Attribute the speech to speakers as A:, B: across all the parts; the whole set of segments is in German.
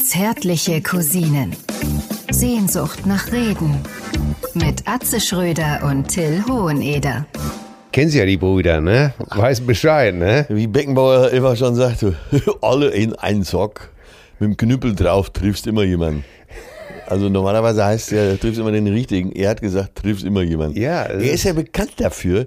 A: Zärtliche Cousinen. Sehnsucht nach Reden. Mit Atze Schröder und Till Hoheneder.
B: Kennst ja die Brüder, ne? Weiß Bescheid, ne?
C: Wie Beckenbauer immer schon sagte, alle in einen Sock. Mit dem Knüppel drauf triffst immer jemanden. Also normalerweise heißt es ja, triffst immer den richtigen. Er hat gesagt, triffst immer jemanden.
B: Ja, das
C: er ist ja bekannt dafür,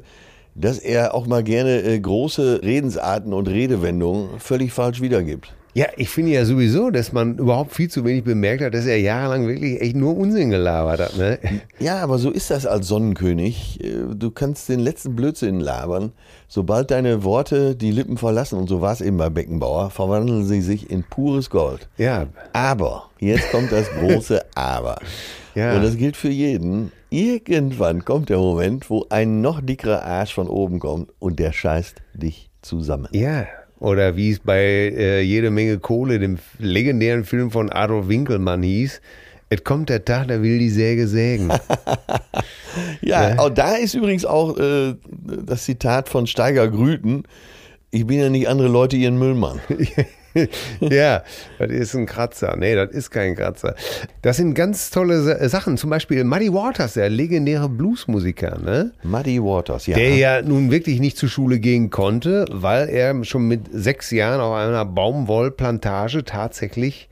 C: dass er auch mal gerne äh, große Redensarten und Redewendungen völlig falsch wiedergibt.
B: Ja, ich finde ja sowieso, dass man überhaupt viel zu wenig bemerkt hat, dass er jahrelang wirklich echt nur Unsinn gelabert hat, ne?
C: Ja, aber so ist das als Sonnenkönig. Äh, Du kannst den letzten Blödsinn labern. Sobald deine Worte die Lippen verlassen, und so war es eben bei Beckenbauer, verwandeln sie sich in pures Gold.
B: Ja.
C: Aber, jetzt kommt das große Aber.
B: Ja.
C: Und das gilt für jeden. Irgendwann kommt der Moment, wo ein noch dickerer Arsch von oben kommt und der scheißt dich zusammen.
B: Ja. Oder wie es bei äh, Jede Menge Kohle, dem legendären Film von Adolf Winkelmann hieß, es kommt der Tag, da will die Säge sägen.
C: Ja, auch da ist übrigens auch äh, das Zitat von Steiger Grüten. Ich bin ja nicht andere Leute ihren Müllmann.
B: ja, das ist ein Kratzer. Nee, das ist kein Kratzer. Das sind ganz tolle Sa- Sachen. Zum Beispiel Muddy Waters, der legendäre Bluesmusiker, ne?
C: Muddy Waters, ja.
B: Der ja nun wirklich nicht zur Schule gehen konnte, weil er schon mit sechs Jahren auf einer Baumwollplantage tatsächlich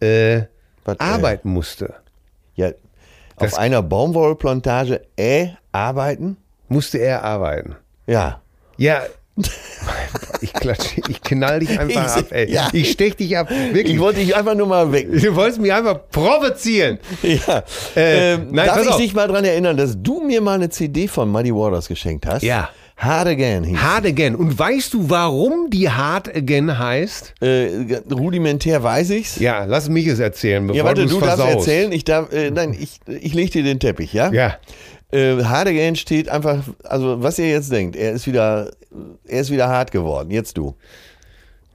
B: äh,
C: Was, äh,
B: arbeiten musste.
C: ja auf
B: Das-
C: einer Baumwollplantage, äh, arbeiten?
B: Musste er arbeiten.
C: Ja.
B: Ja. Ich klatsche, ich knall dich einfach
C: Ich-
B: ab, ey.
C: ja.
B: Ich stech dich ab. Wirklich.
C: Ich wollte dich einfach nur mal weg.
B: Du wolltest mich einfach provozieren.
C: Ja.
B: Äh,
C: Ähm,
B: nein,
C: darf
B: pass
C: ich
B: auf.
C: dich mal dran erinnern, dass du mir mal eine CD von Muddy Waters geschenkt hast?
B: Ja.
C: Hard Again hieß.
B: Hard Again. Und weißt du, warum die Hard Again heißt?
C: äh, rudimentär weiß ich's.
B: Ja, lass mich es erzählen, bevor
C: Ja, warte, du
B: versaust.
C: darfst erzählen. Ich darf, äh, nein, ich, ich lege dir den Teppich, ja?
B: Ja.
C: Äh, Hard Again steht einfach, also was ihr jetzt denkt, er ist wieder, er ist wieder hart geworden. Jetzt du.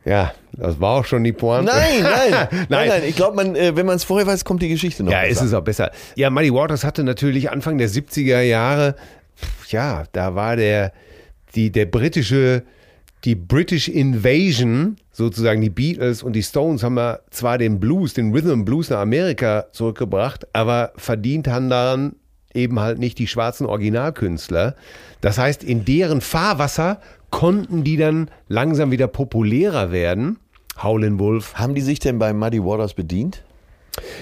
B: Ja, das war auch schon die Pointe.
C: Nein, nein, nein, nein,
B: Nein.
C: Ich glaube, man, äh, wenn man es vorher weiß, kommt die Geschichte noch.
B: Ja, ist
C: besser.
B: es auch besser. Ja, Muddy Waters hatte natürlich Anfang der 70er Jahre, pf, ja, da war der, die, der britische, die British Invasion, sozusagen die Beatles und die Stones haben ja zwar den Blues, den Rhythm Blues nach Amerika zurückgebracht, aber verdient haben daran eben halt nicht die schwarzen Originalkünstler. Das heißt, in deren Fahrwasser konnten die dann langsam wieder populärer werden. Howlin' Wolf
C: Haben die sich denn bei Muddy Waters bedient?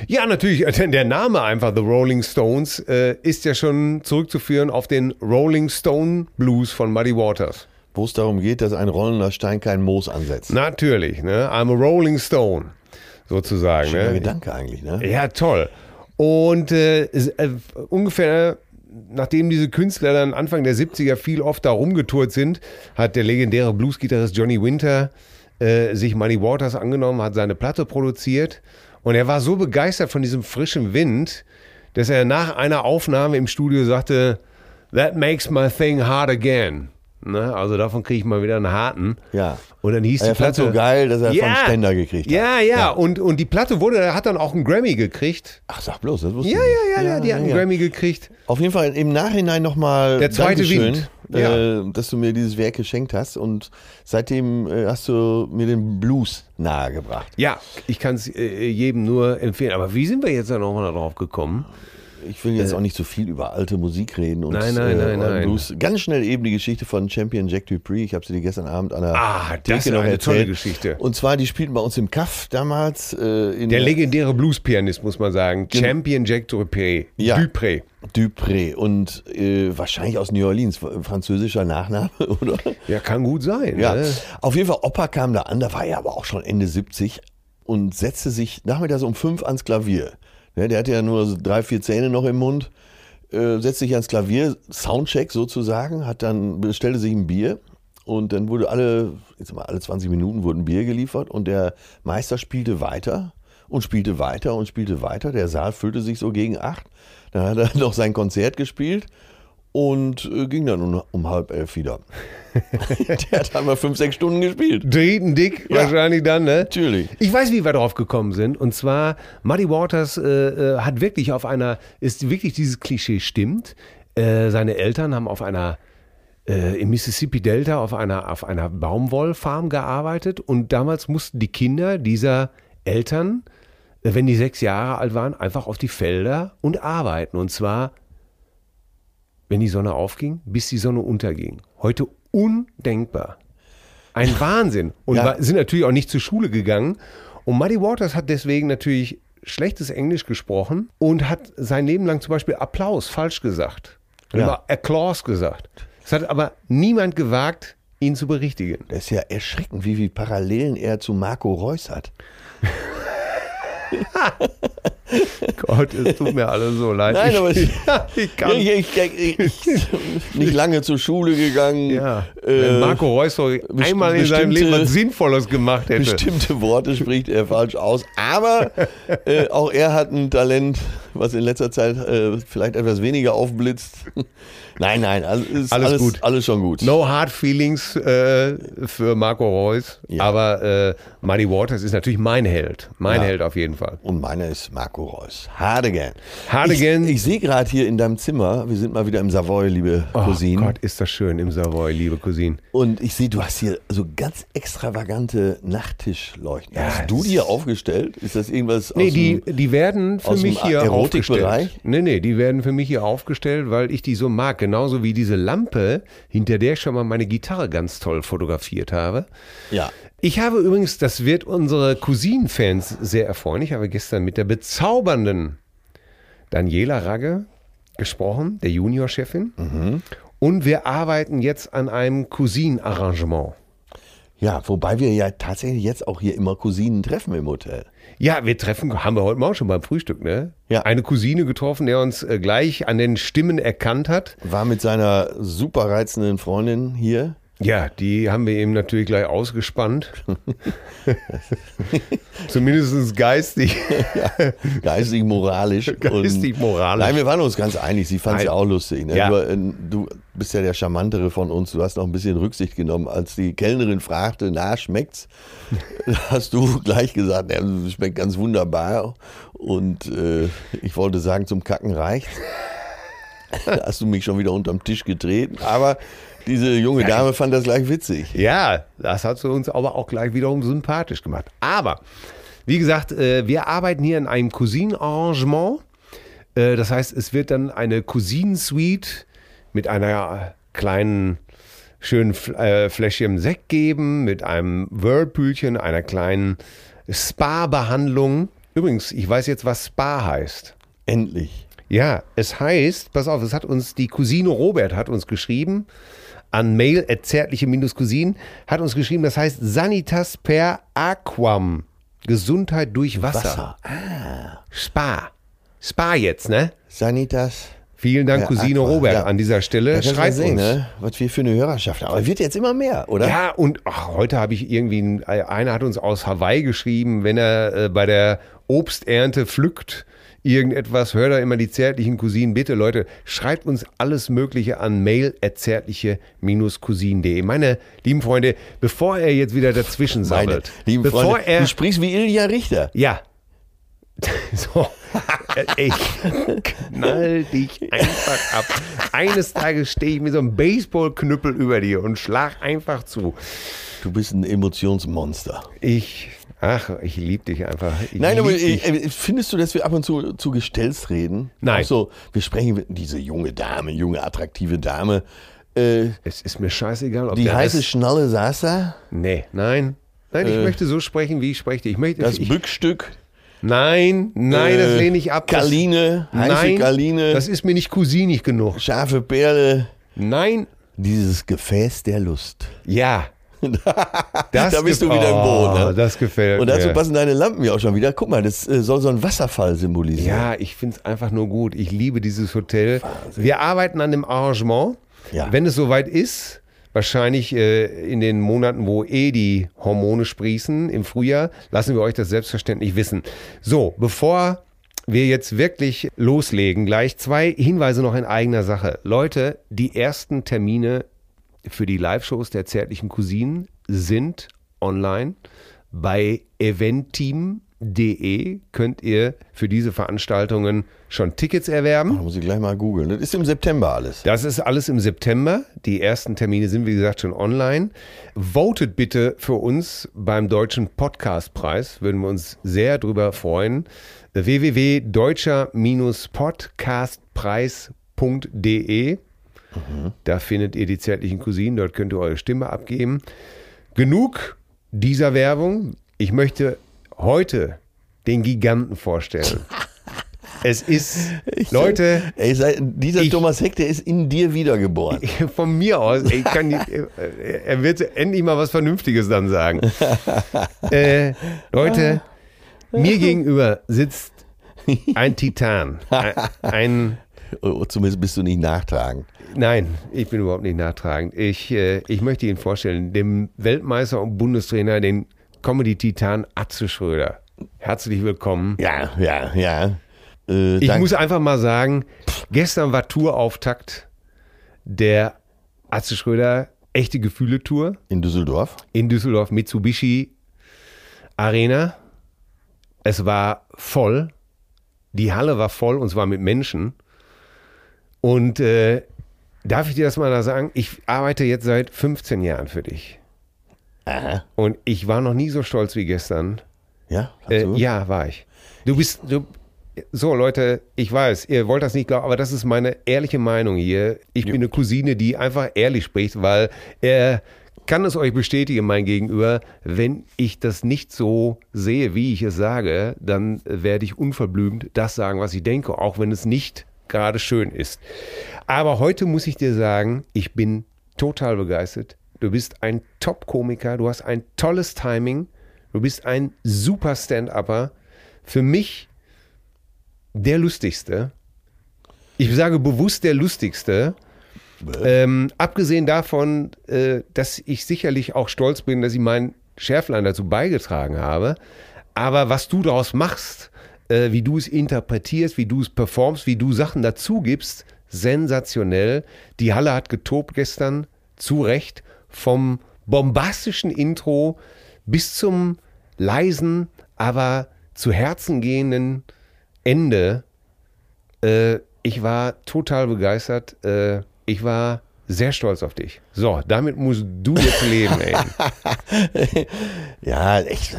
B: ja, natürlich. Denn der Name einfach The Rolling Stones äh, ist ja schon zurückzuführen auf den Rolling Stone Blues von Muddy Waters.
C: Wo es darum geht, dass ein rollender Stein kein Moos ansetzt.
B: Natürlich, ne? I'm a Rolling Stone, sozusagen.
C: Schöner
B: Ne?
C: Gedanke eigentlich, ne?
B: Ja, toll. Und äh, es- äh, ungefähr nachdem diese Künstler dann Anfang der 70er viel oft da rumgetourt sind, hat der legendäre Bluesgitarrist Johnny Winter äh, sich Muddy Waters angenommen, hat seine Platte produziert und er war so begeistert von diesem frischen Wind, dass er nach einer Aufnahme im Studio sagte, That makes my thing hard again. Ne? Also davon kriege ich mal wieder einen harten.
C: Ja.
B: Und dann hieß
C: Er
B: die
C: fand
B: Platte
C: so geil, dass er vom Ständer gekriegt hat.
B: ja, ja, Und, und die Platte wurde, hat dann auch einen Grammy gekriegt.
C: Ach, sag bloß, das wusste
B: Ja,
C: ich nicht.
B: ja, ja, ja, die hat einen Grammy gekriegt.
C: Auf jeden Fall im Nachhinein nochmal
B: Der zweite
C: Dankeschön,
B: Wind. Ja.
C: äh, dass du mir dieses Werk geschenkt hast und seitdem äh, hast du mir den Blues nahegebracht.
B: Ja, ich kann es äh, jedem nur empfehlen. Aber wie sind wir jetzt da nochmal darauf gekommen?
C: Ich will jetzt auch nicht so viel über alte Musik reden und
B: Äh. Nein, nein, nein,
C: über
B: nein.
C: Blues. Ganz schnell eben die Geschichte von Champion Jack Dupree. Ich habe sie dir gestern Abend an der
B: Ah, das
C: Theke
B: ist
C: noch
B: eine
C: erzählt.
B: tolle Geschichte.
C: Und zwar, die spielten bei uns im Kaff damals. Äh, in
B: Der legendäre Blues-Pianist, muss man sagen. Champion Jack Dupré.
C: Ja.
B: Dupré.
C: Dupré und äh, wahrscheinlich aus New Orleans, französischer Nachname, oder?
B: Ja, kann gut sein.
C: Ja,
B: Ne?
C: auf jeden Fall, Opa kam da an, da war er aber auch schon Ende 70 und setzte sich nachmittags um fünf ans Klavier. Ne, der hatte ja nur so drei, vier Zähne noch im Mund. Äh, setzte sich ans Klavier, Soundcheck sozusagen, hat dann, bestellte sich ein Bier und dann wurde alle, jetzt mal alle 20 Minuten wurden Bier geliefert und der Meister spielte weiter und spielte weiter und spielte weiter. Der Saal füllte sich so gegen acht. Dann hat er noch sein Konzert gespielt und äh, ging dann um, um halb elf wieder. Der hat einmal fünf, sechs Stunden gespielt.
B: Drehten dick
C: Ja.
B: wahrscheinlich dann, ne?
C: Natürlich.
B: Ich weiß, wie wir drauf gekommen sind. Und zwar, Muddy Waters äh, äh, hat wirklich auf einer, ist wirklich dieses Klischee stimmt. Äh, seine Eltern haben auf einer äh, im Mississippi Delta auf einer, auf einer Baumwollfarm gearbeitet und damals mussten die Kinder dieser Eltern äh, wenn die sechs Jahre alt waren, einfach auf die Felder und arbeiten. Und zwar, wenn die Sonne aufging, bis die Sonne unterging. Heute undenkbar. Ein Wahnsinn. Und
C: Ja.
B: wa- sind natürlich auch nicht zur Schule gegangen. Und Muddy Waters hat deswegen natürlich schlechtes Englisch gesprochen und hat sein Leben lang zum Beispiel Applaus falsch gesagt. Hat
C: Ja.
B: immer Applause gesagt. Es hat aber niemand gewagt, ihn zu berichtigen.
C: Das ist ja erschreckend, wie viele Parallelen er zu Marco Reus hat.
B: Gott, es tut mir alle so leid.
C: Nein, aber ich,
B: ich kann
C: ich, ich, ich, ich nicht lange zur Schule gegangen.
B: Ja.
C: Äh,
B: Wenn Marco Reus doch einmal in seinem
C: bestimmte-
B: Leben was Sinnvolles gemacht hätte.
C: Bestimmte Worte spricht er falsch aus, aber äh, auch er hat ein Talent, was in letzter Zeit äh, vielleicht etwas weniger aufblitzt. nein, nein, also ist
B: Alles
C: alles, alles,
B: gut.
C: schon gut.
B: No hard feelings äh, für Marco Reus,
C: Ja.
B: aber äh, Muddy Waters ist natürlich mein Held. Mein
C: Ja.
B: Held auf jeden Fall.
C: Und meiner ist Marco Reus. Hardegan.
B: Hardegan.
C: Ich, ich sehe gerade hier in deinem Zimmer, wir sind mal wieder im Savoy, liebe Cousine.
B: Oh Gott, ist das schön im Savoy, liebe Cousine.
C: Und ich sehe, du hast hier so ganz extravagante Nachttischleuchten.
B: Ja,
C: hast du
B: das-
C: die aufgestellt? Ist das irgendwas
B: Nee,
C: aus
B: die,
C: dem,
B: die werden für
C: aus dem
B: mich hier
C: Erotikbereich?
B: aufgestellt. Nee, nee, die werden für mich hier aufgestellt, weil ich die so mag. Genauso wie diese Lampe, hinter der ich schon mal meine Gitarre ganz toll fotografiert habe.
C: Ja.
B: Ich habe übrigens, das wird unsere Cousin-Fans sehr erfreuen. Ich habe gestern mit der bezaubernden Daniela Ragge gesprochen, der Juniorchefin. Und wir arbeiten jetzt an einem Cousin-Arrangement.
C: Ja, wobei wir ja tatsächlich jetzt auch hier immer Cousinen treffen im Hotel.
B: Ja, wir treffen, haben wir heute Morgen schon beim Frühstück, ne?
C: Ja.
B: Eine Cousine getroffen, der uns äh, gleich an den Stimmen erkannt hat.
C: War mit seiner super reizenden Freundin hier.
B: Ja, die haben wir eben natürlich gleich ausgespannt. Zumindest geistig.
C: Geistig, moralisch. und-
B: Geistig, moralisch.
C: Nein, wir waren uns ganz einig. Sie fand es
B: Nein.
C: ja auch lustig. Ne?
B: Ja.
C: Aber, äh, du bist ja der Charmantere von uns. Du hast noch ein bisschen Rücksicht genommen. Als die Kellnerin fragte, na, schmeckt's? hast du gleich gesagt, ja, schmeckt ganz wunderbar. Und äh, ich wollte sagen, zum Kacken reicht. da hast du mich schon wieder unterm Tisch getreten. Aber diese junge Dame fand das gleich witzig.
B: Ja, das hat sie uns aber auch gleich wiederum sympathisch gemacht. Aber, wie gesagt, äh, wir arbeiten hier in einem Cousin-Arrangement. Äh, Das heißt, es wird dann eine Cousin-Suite mit einer kleinen, schönen Fl- äh, Fläschchen Sekt geben, mit einem Whirlpoolchen, einer kleinen Spa-Behandlung. Übrigens, ich weiß jetzt, was Spa heißt.
C: Endlich.
B: Ja, es heißt, pass auf, es hat uns die Cousine Robert hat uns geschrieben an mail zärtliche cousinen hat uns geschrieben, das heißt Sanitas per Aquam, Gesundheit durch Wasser.
C: Wasser.
B: Spa. Spa jetzt, ne?
C: Sanitas.
B: Vielen Dank
C: Per
B: Cousine
C: Aquam,
B: Robert
C: ja.
B: an dieser Stelle.
C: Da kannst du mal
B: Schreibt
C: sehen,
B: uns.
C: ne? was wir für eine Hörerschaft haben. Aber wird jetzt immer mehr, oder?
B: Ja, und ach, heute habe ich irgendwie, ein- einer hat uns aus Hawaii geschrieben, wenn er äh, bei der Obsternte pflückt, irgendetwas, hört er immer die zärtlichen Cousinen. Bitte, Leute, schreibt uns alles Mögliche an mail cousinde Meine lieben Freunde, bevor er jetzt wieder dazwischen
C: Meine
B: sammelt,
C: lieben
B: bevor
C: Freunde,
B: er
C: du sprichst wie Ilja Richter.
B: ja. So. Ey, knall dich einfach ab. Eines Tages stehe ich mit so einem Baseballknüppel über dir und schlag einfach zu.
C: Du bist ein Emotionsmonster.
B: Ich, ach, ich liebe dich einfach. Ich
C: Nein,
B: lieb
C: aber
B: dich.
C: äh, findest du, dass wir ab und zu zu Gestelz reden?
B: Nein.
C: Auch so, wir sprechen mit- diese junge Dame, junge, attraktive Dame. Äh,
B: es ist mir scheißegal, ob
C: die
B: der
C: heiße
B: Rest-
C: Schnalle saß da,
B: Nee, nein. Nein, ich möchte so sprechen, wie ich spreche. Ich möchte.
C: das
B: ich,
C: Bückstück.
B: nein, nein, das lehne ich ab. Das-
C: Äh, Kaline, heiße
B: nein,
C: Kaline,
B: Das ist mir nicht cousinig genug.
C: scharfe Perle.
B: Nein,
C: Dieses Gefäß der Lust.
B: ja. Das
C: Da bist du
B: gef-
C: wieder im Boot.
B: Oh,
C: ne?
B: Das gefällt
C: Und dazu
B: mir.
C: passen deine Lampen ja auch schon wieder. Guck mal, das äh, soll so einen Wasserfall symbolisieren.
B: Ja, ich finde es einfach nur gut. Ich liebe dieses Hotel. Wir arbeiten an dem Arrangement.
C: Ja.
B: Wenn es soweit ist, wahrscheinlich äh, in den Monaten, wo eh die Hormone sprießen, im Frühjahr, lassen wir euch das selbstverständlich wissen. So, bevor wir jetzt wirklich loslegen, gleich zwei Hinweise noch in eigener Sache. Leute, die ersten Termine für die Live-Shows der zärtlichen Cousinen sind online bei eventteam.de. www.rockantenne.de könnt ihr für diese Veranstaltungen schon Tickets erwerben.
C: Da muss ich gleich mal googeln. Das ist im September alles.
B: Das ist alles im September. Die ersten Termine sind, wie gesagt, schon online. Votet bitte für uns beim Deutschen Podcastpreis. Würden wir uns sehr drüber freuen. www.deutscher-podcastpreis.de. Da findet ihr die zärtlichen Cousinen. Dort könnt ihr eure Stimme abgeben. Genug dieser Werbung. Ich möchte heute den Giganten vorstellen. Es ist, Leute,
C: Ey, sei, dieser
B: Ich-
C: Thomas Heck, der ist in dir wiedergeboren.
B: Von mir aus. Ich kann, nicht- er wird endlich mal was Vernünftiges dann sagen. äh, Leute, mir gegenüber sitzt ein Titan. Ein, ein
C: Oh, zumindest bist du nicht nachtragend.
B: nein, ich bin überhaupt nicht nachtragend. Ich, äh, ich möchte ihn vorstellen, dem Weltmeister und Bundestrainer, den Comedy-Titan Atze Schröder. Herzlich willkommen.
C: Ja, ja, ja. Äh,
B: Ich
C: dank-
B: muss einfach mal sagen, gestern war Tourauftakt der Atze Schröder echte Gefühle-Tour.
C: in Düsseldorf.
B: in Düsseldorf Mitsubishi Arena. Es war voll. Die Halle war voll und zwar mit Menschen. Und äh, darf ich dir das mal da sagen? Ich arbeite jetzt seit 15 Jahren für dich.
C: Aha.
B: Und ich war noch nie so stolz wie gestern.
C: Ja, sagst
B: Äh,
C: du?
B: ja, war ich. Du bist. Du, so, Leute, ich weiß, ihr wollt das nicht glauben, aber das ist meine ehrliche Meinung hier. Ich bin eine Cousine, die einfach ehrlich spricht, weil er kann es euch bestätigen, mein Gegenüber. Wenn ich das nicht so sehe, wie ich es sage, dann werde ich unverblümt das sagen, was ich denke, auch wenn es nicht gerade schön ist. Aber heute muss ich dir sagen, ich bin total begeistert. Du bist ein Top-Komiker, du hast ein tolles Timing, du bist ein super Stand-Upper. Für mich der lustigste. Ich sage bewusst der lustigste. Ähm, abgesehen davon, äh, dass ich sicherlich auch stolz bin, dass ich mein Schärflein dazu beigetragen habe. Aber was du daraus machst, äh, wie du es interpretierst, wie du es performst, wie du Sachen dazu gibst, sensationell. Die Halle hat getobt gestern, zu Recht, vom bombastischen Intro bis zum leisen, aber zu Herzen gehenden Ende, äh, ich war total begeistert. Äh, ich war sehr stolz auf dich. So, damit musst du jetzt leben, ey.
C: Ja, echt.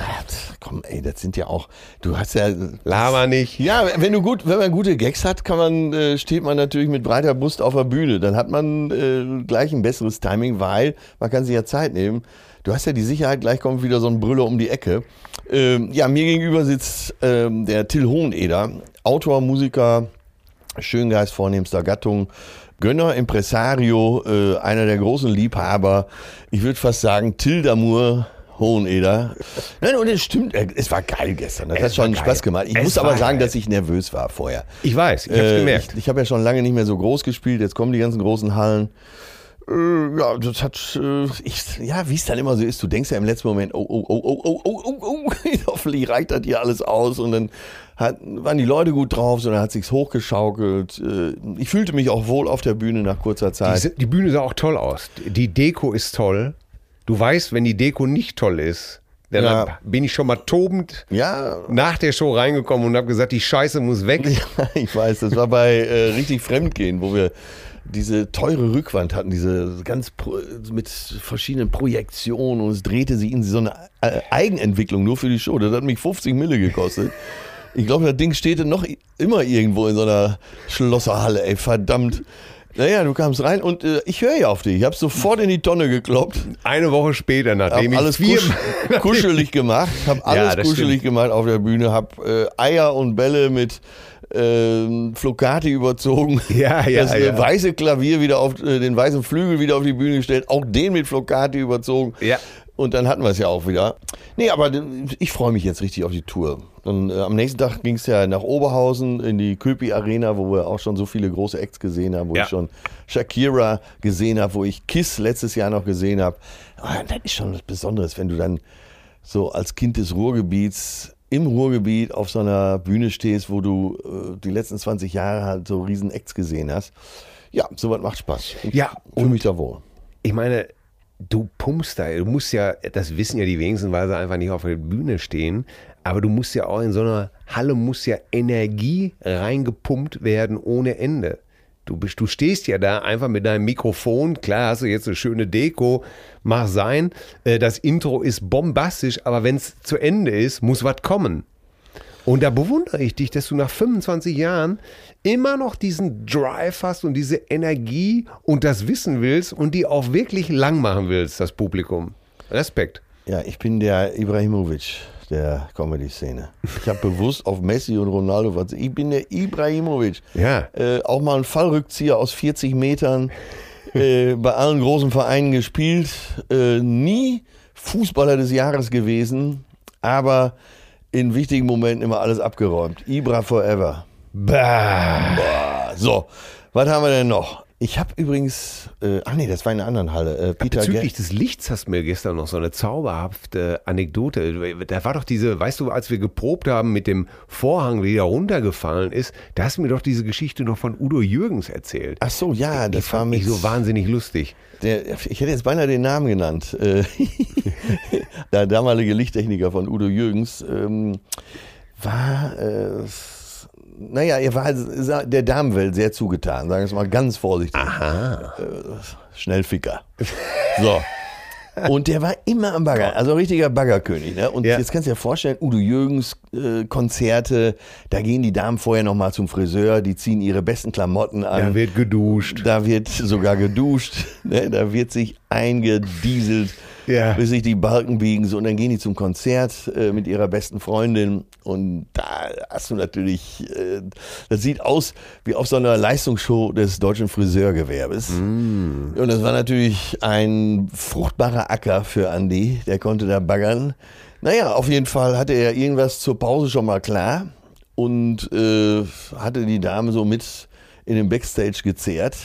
C: Komm, ey, das sind ja auch. Du hast ja.
B: Laber nicht.
C: Ja, wenn du gut, wenn man gute Gags hat, kann man, äh, steht man natürlich mit breiter Brust auf der Bühne. Dann hat man äh, gleich ein besseres Timing, weil man kann sich ja Zeit nehmen. Du hast ja die Sicherheit, gleich kommt wieder so ein Brüller um die Ecke. Ähm, ja, mir gegenüber sitzt ähm, der Till Hoheneder, Autor, Musiker, Schöngeist vornehmster Gattung, Gönner, Impresario, äh, einer der großen Liebhaber. Ich würde fast sagen, Tildamur. Hoheneder. Nein, und es stimmt, äh, es war geil gestern. Das hat
B: war
C: schon
B: geil.
C: Spaß gemacht. Ich
B: Es
C: muss aber
B: war
C: sagen,
B: geil.
C: dass ich nervös war vorher.
B: Ich weiß, ich hab's
C: Äh,
B: gemerkt.
C: Ich, ich habe ja schon lange nicht mehr so groß gespielt, jetzt kommen die ganzen großen Hallen. Äh, ja, das hat, äh, ich, ja, wie es dann immer so ist, du denkst ja im letzten Moment, oh, oh, oh, oh, oh, oh, oh, oh, hoffentlich reicht das hier alles aus und dann hat, waren die Leute gut drauf, sondern hat sich's hochgeschaukelt. Äh, ich fühlte mich auch wohl auf der Bühne nach kurzer Zeit.
B: Die, die Bühne sah auch toll aus. Die Deko ist toll. Du weißt, wenn die Deko nicht toll ist, dann
C: Ja.
B: bin ich schon mal tobend
C: ja,
B: nach der Show reingekommen und habe gesagt, die Scheiße muss weg.
C: Ja, ich weiß, das war bei äh, richtig Fremdgehen, wo wir diese teure Rückwand hatten, diese ganz pro, mit verschiedenen Projektionen und es drehte sich in so eine äh, Eigenentwicklung nur für die Show. Das hat mich 50 Mille gekostet. Ich glaube, das Ding steht noch i- immer irgendwo in so einer Schlosserhalle, ey, verdammt. Naja, du kamst rein und äh, ich höre ja auf dich. Ich habe sofort in die Tonne gekloppt
B: Eine Woche später, nachdem
C: habe
B: ich
C: alles
B: vier,
C: kusch kuschelig gemacht, habe alles
B: das
C: kuschelig
B: stimmt.
C: gemacht auf der Bühne, habe äh, Eier und Bälle mit ähm, Flocati überzogen,
B: Ja, ja,
C: das äh,
B: ja.
C: weiße Klavier wieder auf äh, den weißen Flügel wieder auf die Bühne gestellt, auch den mit Flocati überzogen.
B: Ja.
C: Und dann hatten wir es ja auch wieder. Nee, aber d- ich freue mich jetzt richtig auf die Tour. Und äh, am nächsten Tag ging es ja nach Oberhausen in die Köpi Arena, wo wir auch schon so viele große Acts gesehen haben, wo
B: Ja.
C: ich schon Shakira gesehen habe, wo ich Kiss letztes Jahr noch gesehen habe. Ah, Das ist schon was Besonderes, wenn du dann so als Kind des Ruhrgebiets im Ruhrgebiet auf so einer Bühne stehst, wo du äh, die letzten 20 Jahre halt so riesen Acts gesehen hast. Ja, sowas macht Spaß. Ich
B: Ja,
C: fühle mich da wohl.
B: ich meine, du pumpst da, du musst ja, das wissen ja die wenigsten, weil sie einfach nicht auf der Bühne stehen, aber du musst ja auch in so einer Halle, muss ja Energie reingepumpt werden ohne Ende. Du, bist, du stehst ja da einfach mit deinem Mikrofon, klar hast du jetzt eine schöne Deko, mach sein, äh, das Intro ist bombastisch, aber wenn es zu Ende ist, muss was kommen. Und da bewundere ich dich, dass du nach 25 Jahren immer noch diesen Drive hast und diese Energie und das Wissen willst und die auch wirklich lang machen willst, das Publikum. Respekt.
C: Ja, ich bin der Ibrahimovic der Comedy-Szene. Ich habe bewusst auf Messi und Ronaldo verzichtet. Ich bin der Ibrahimovic.
B: Ja.
C: Äh, auch mal ein Fallrückzieher aus 40 Metern. Äh, bei allen großen Vereinen gespielt. Äh, nie Fußballer des Jahres gewesen, aber in wichtigen Momenten immer alles abgeräumt. Ibra forever.
B: Bah.
C: Ah, So, was haben wir denn noch? Ich habe übrigens, äh, ach nee, das war in einer anderen Halle. Äh, Peter
B: Bezüglich
C: Ge-
B: des Lichts hast du mir gestern noch so eine zauberhafte Anekdote. Da war doch diese, weißt du, als wir geprobt haben mit dem Vorhang, der runtergefallen ist, da hast du mir doch diese Geschichte noch von Udo Jürgens erzählt.
C: Ach so, ja, das war
B: Fand
C: mit
B: ich so wahnsinnig lustig.
C: Der, ich hätte jetzt beinahe den Namen genannt. Äh, der damalige Lichttechniker von Udo Jürgens ähm, war, äh, naja, er war der Damenwelt sehr zugetan, sagen wir es mal ganz vorsichtig. Aha. Äh, Schnellficker. So. Und der war immer am Bagger, also ein richtiger Baggerkönig. Ne? Und
B: Ja.
C: jetzt kannst du dir vorstellen, Udo Jürgens äh, Konzerte, da gehen die Damen vorher nochmal zum Friseur, die ziehen ihre besten Klamotten an.
B: Da wird geduscht.
C: Da wird sogar geduscht, ne? da wird sich eingedieselt,
B: Ja.
C: bis sich die Balken biegen. So, und dann gehen die zum Konzert äh, mit ihrer besten Freundin. Und da hast du natürlich, äh, das sieht aus wie auf so einer Leistungsshow des deutschen Friseurgewerbes. Und das war natürlich ein fruchtbarer Acker für Andy, der konnte da baggern. Naja, auf jeden Fall hatte er irgendwas zur Pause schon mal klar und äh, hatte die Dame so mit in den Backstage gezerrt.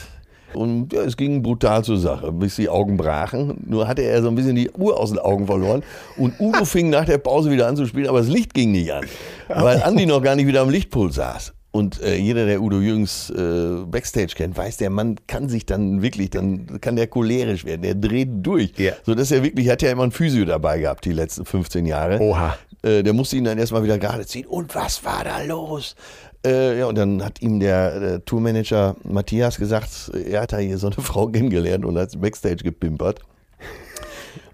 C: Und ja, es ging brutal zur Sache, bis die Augen brachen. Nur hatte er so ein bisschen die Uhr aus den Augen verloren. Und Udo fing nach der Pause wieder an zu spielen, aber das Licht ging nicht an, weil Andi noch gar nicht wieder am Lichtpult saß. Und äh, jeder, der Udo Jürgens äh, Backstage kennt, weiß, der Mann kann sich dann wirklich, dann kann der cholerisch werden, der dreht durch.
B: Ja.
C: So dass er wirklich, hat ja immer einen Physio dabei gehabt, die letzten 15 Jahre.
B: Oha.
C: Äh, der musste ihn dann erstmal wieder gerade ziehen. Und was war da los? Äh, ja, und dann hat ihm der äh, Tourmanager Matthias gesagt, äh, er hat da hier so eine Frau kennengelernt und hat Backstage gepimpert.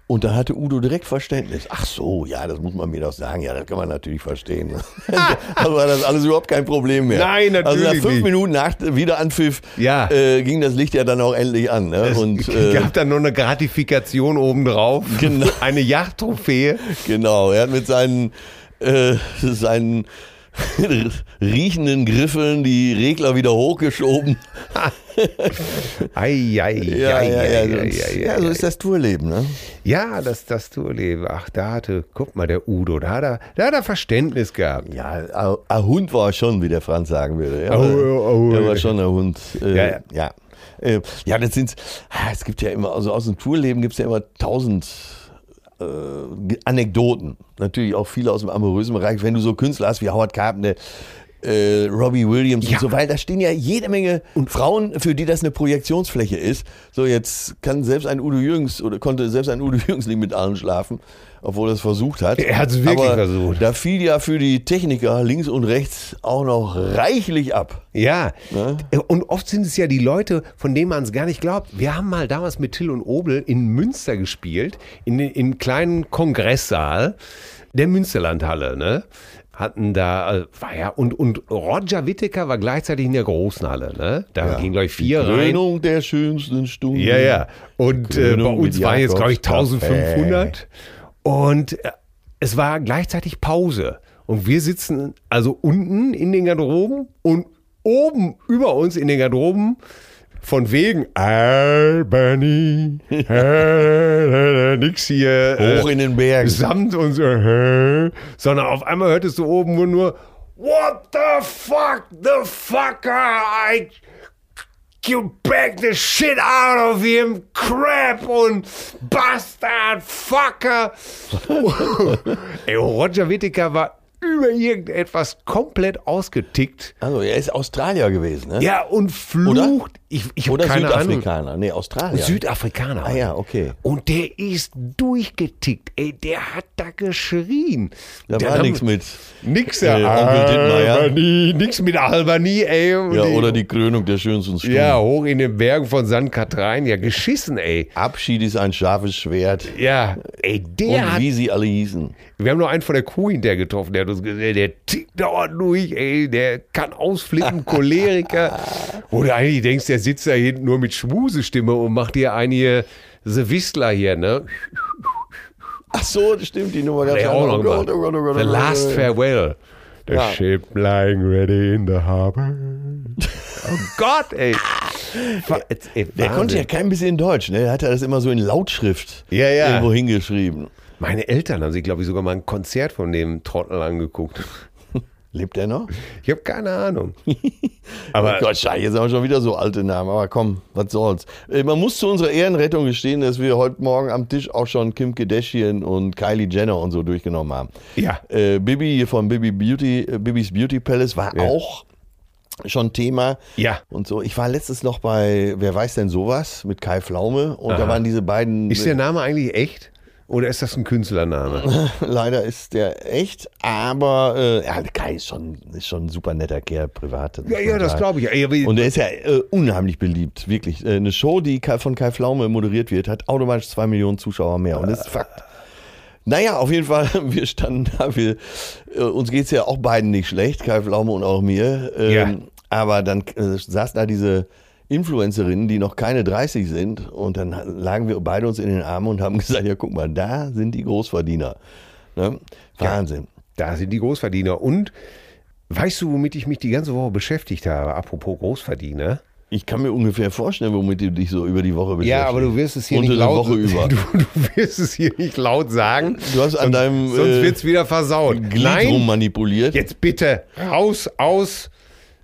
C: Und da hatte Udo direkt Verständnis. Ach so, ja, das muss man mir doch sagen. Ja, das kann man natürlich verstehen. also war das alles überhaupt kein Problem mehr.
B: Ah. Nein,
C: Also nach
B: natürlich
C: fünf
B: nicht.
C: Minuten nach wieder Anpfiff
B: Ja.
C: äh, ging das Licht ja dann auch endlich an. Ne? Und,
B: es
C: äh,
B: gab dann noch eine Gratifikation obendrauf.
C: Genau.
B: Eine Yachttrophäe.
C: Genau, er hat mit seinen, äh, seinen riechenden Griffeln die Regler wieder hochgeschoben.
B: Ei, ei, ei,
C: Ja,
B: ei,
C: ja, ja.
B: ei,
C: sonst-
B: ei, ei,
C: ja, so
B: ei,
C: ist das Tourleben, ne?
B: Ja, das, das Tourleben. Ach, da hatte, guck mal, der Udo, da hat er, da hat er Verständnis gehabt.
C: Ja, a- ein Hund war er schon, wie der Franz sagen würde. Er
B: Au,
C: war,
B: au, au.
C: er war schon ein Hund. Äh,
B: Ja, ja.
C: ja. Äh, ja, das sind, es gibt ja immer, also aus dem Tourleben gibt es ja immer tausend äh, Ge- Anekdoten. Natürlich auch viele aus dem amorösen Bereich. Wenn du so Künstler hast wie Howard Carpenter, äh, Robbie Williams
B: Ja.
C: und so weiter, da stehen ja jede Menge Frauen, für die das eine Projektionsfläche ist. So, jetzt kann selbst ein Udo Jürgens oder konnte selbst ein Udo Jürgens nicht mit allen schlafen, obwohl er es versucht hat.
B: Er hat's wirklich
C: Aber
B: versucht.
C: Da fiel ja für die Techniker links und rechts auch noch reichlich ab.
B: Ja. Und oft sind es ja die Leute, von denen man es gar nicht glaubt. Wir haben mal damals mit Till und Obel in Münster gespielt, in den- im kleinen Kongresssaal der Münsterlandhalle, ne? Hatten da, äh, war ja, und, und Roger Whittaker war gleichzeitig in der großen Halle, ne? Da gingen, glaube ich, vier rein.
C: Krönung der schönsten Stunde.
B: Ja, ja. Und äh, bei
C: Krönung
B: uns
C: mit
B: waren jetzt, glaube ich,
C: Jakobs Kaffee.
B: 1500. Und äh, es war gleichzeitig Pause. Und wir sitzen also unten in den Garderoben und oben über uns in den Garderoben von wegen Albany, äh, nix hier. äh,
C: Hoch in den Bergen.
B: Samt und so, hä? sondern auf einmal hörtest du oben nur, nur What the fuck, the fucker, I you back the shit out of him, crap und bastard, fucker. Ey, Roger Whittaker war über irgendetwas komplett ausgetickt.
C: Also, er ist Australier gewesen, ne?
B: Ja, und flucht.
C: Oder?
B: Ich, ich habe
C: Oder
B: keine Ahnung.
C: Südafrikaner. Nee, Australier.
B: Südafrikaner.
C: Ah ja, okay.
B: Und der ist durchgetickt. Ey, der hat da geschrien.
C: da
B: Der
C: war
B: hat-
C: nichts mit.
B: Nix,
C: Äh, Onkel Dittmeier.
B: Albany, nix mit Albany, ey.
C: Ja, oder die Krönung der schönsten Stunde.
B: Ja, hoch in den Bergen von San Katrin. Ja, geschissen, ey.
C: Abschied ist ein scharfes Schwert.
B: Ja, ey, der
C: Und
B: hat.
C: wie sie alle hießen.
B: Wir haben noch einen von der Kuh hinterher getroffen, der hat uns gesagt, der tickt dauernd durch, ey, der kann ausflippen, Choleriker. Wo du eigentlich denkst, der sitzt da hinten nur mit Schmusestimme und macht hier einige The Whistler hier, ne?
C: Ach so, das stimmt, die Nummer gab's Oh
B: Der auch noch gemacht. The Last Farewell. The
C: Ja.
B: ship lying ready in the harbor. Oh Gott, ey. Fa- ey,
C: Der konnte ja
B: Ah, Wahnsinn.
C: kein bisschen Deutsch, ne? Der hat ja das immer so in Lautschrift
B: Ja, ja.
C: irgendwo hingeschrieben.
B: Meine Eltern haben sich, glaube ich, sogar mal ein Konzert von dem Trottel angeguckt.
C: Lebt er noch?
B: Ich habe keine Ahnung. Aber
C: Oh Gott, Scheiße, jetzt haben wir schon wieder so alte Namen, aber komm, was soll's. Äh, Man muss zu unserer Ehrenrettung gestehen, dass wir heute Morgen am Tisch auch schon Kim Kardashian und Kylie Jenner und so durchgenommen haben.
B: Ja.
C: Äh, Bibi hier von Bibi Beauty, äh, Bibis Beauty Palace war
B: Ja.
C: auch schon Thema.
B: Ja.
C: Und so, ich war letztens noch bei Wer weiß denn sowas mit Kai Pflaume und da waren diese beiden.
B: Ist der Name eigentlich echt? Oder ist das ein Künstlername?
C: Leider ist der echt, aber äh, ja, Kai ist schon, ist schon ein super netter Kerl, privat. muss
B: Ja, ja,
C: man
B: das
C: sagen.
B: glaube ich. Ey, aber-
C: Und er ist ja äh, unheimlich beliebt, wirklich. Äh, eine Show, die Kai- von Kai Pflaume moderiert wird, hat automatisch zwei Millionen Zuschauer mehr. Und das ist Fakt. Naja, auf jeden Fall, wir standen da, wir, äh, uns geht's ja auch beiden nicht schlecht, Kai Pflaume und auch mir. Ähm,
B: Ja.
C: Aber dann äh, saßen da diese Influencerinnen, die noch keine 30 sind. Und dann lagen wir beide uns in den Armen und haben gesagt, ja guck mal, da sind die Großverdiener. Ne? Wahnsinn.
B: Da sind die Großverdiener. Und weißt du, womit ich mich die ganze Woche beschäftigt habe? Apropos Großverdiener.
C: Ich kann mir ungefähr vorstellen, womit du dich so über die Woche beschäftigst.
B: Ja, aber du wirst es hier
C: Unter
B: nicht
C: der
B: laut
C: Woche über.
B: Du, du wirst es hier nicht laut sagen.
C: Du hast an deinem
B: Sonst
C: äh,
B: wird es wieder versaut.
C: Glied rummanipuliert.
B: jetzt bitte raus, aus.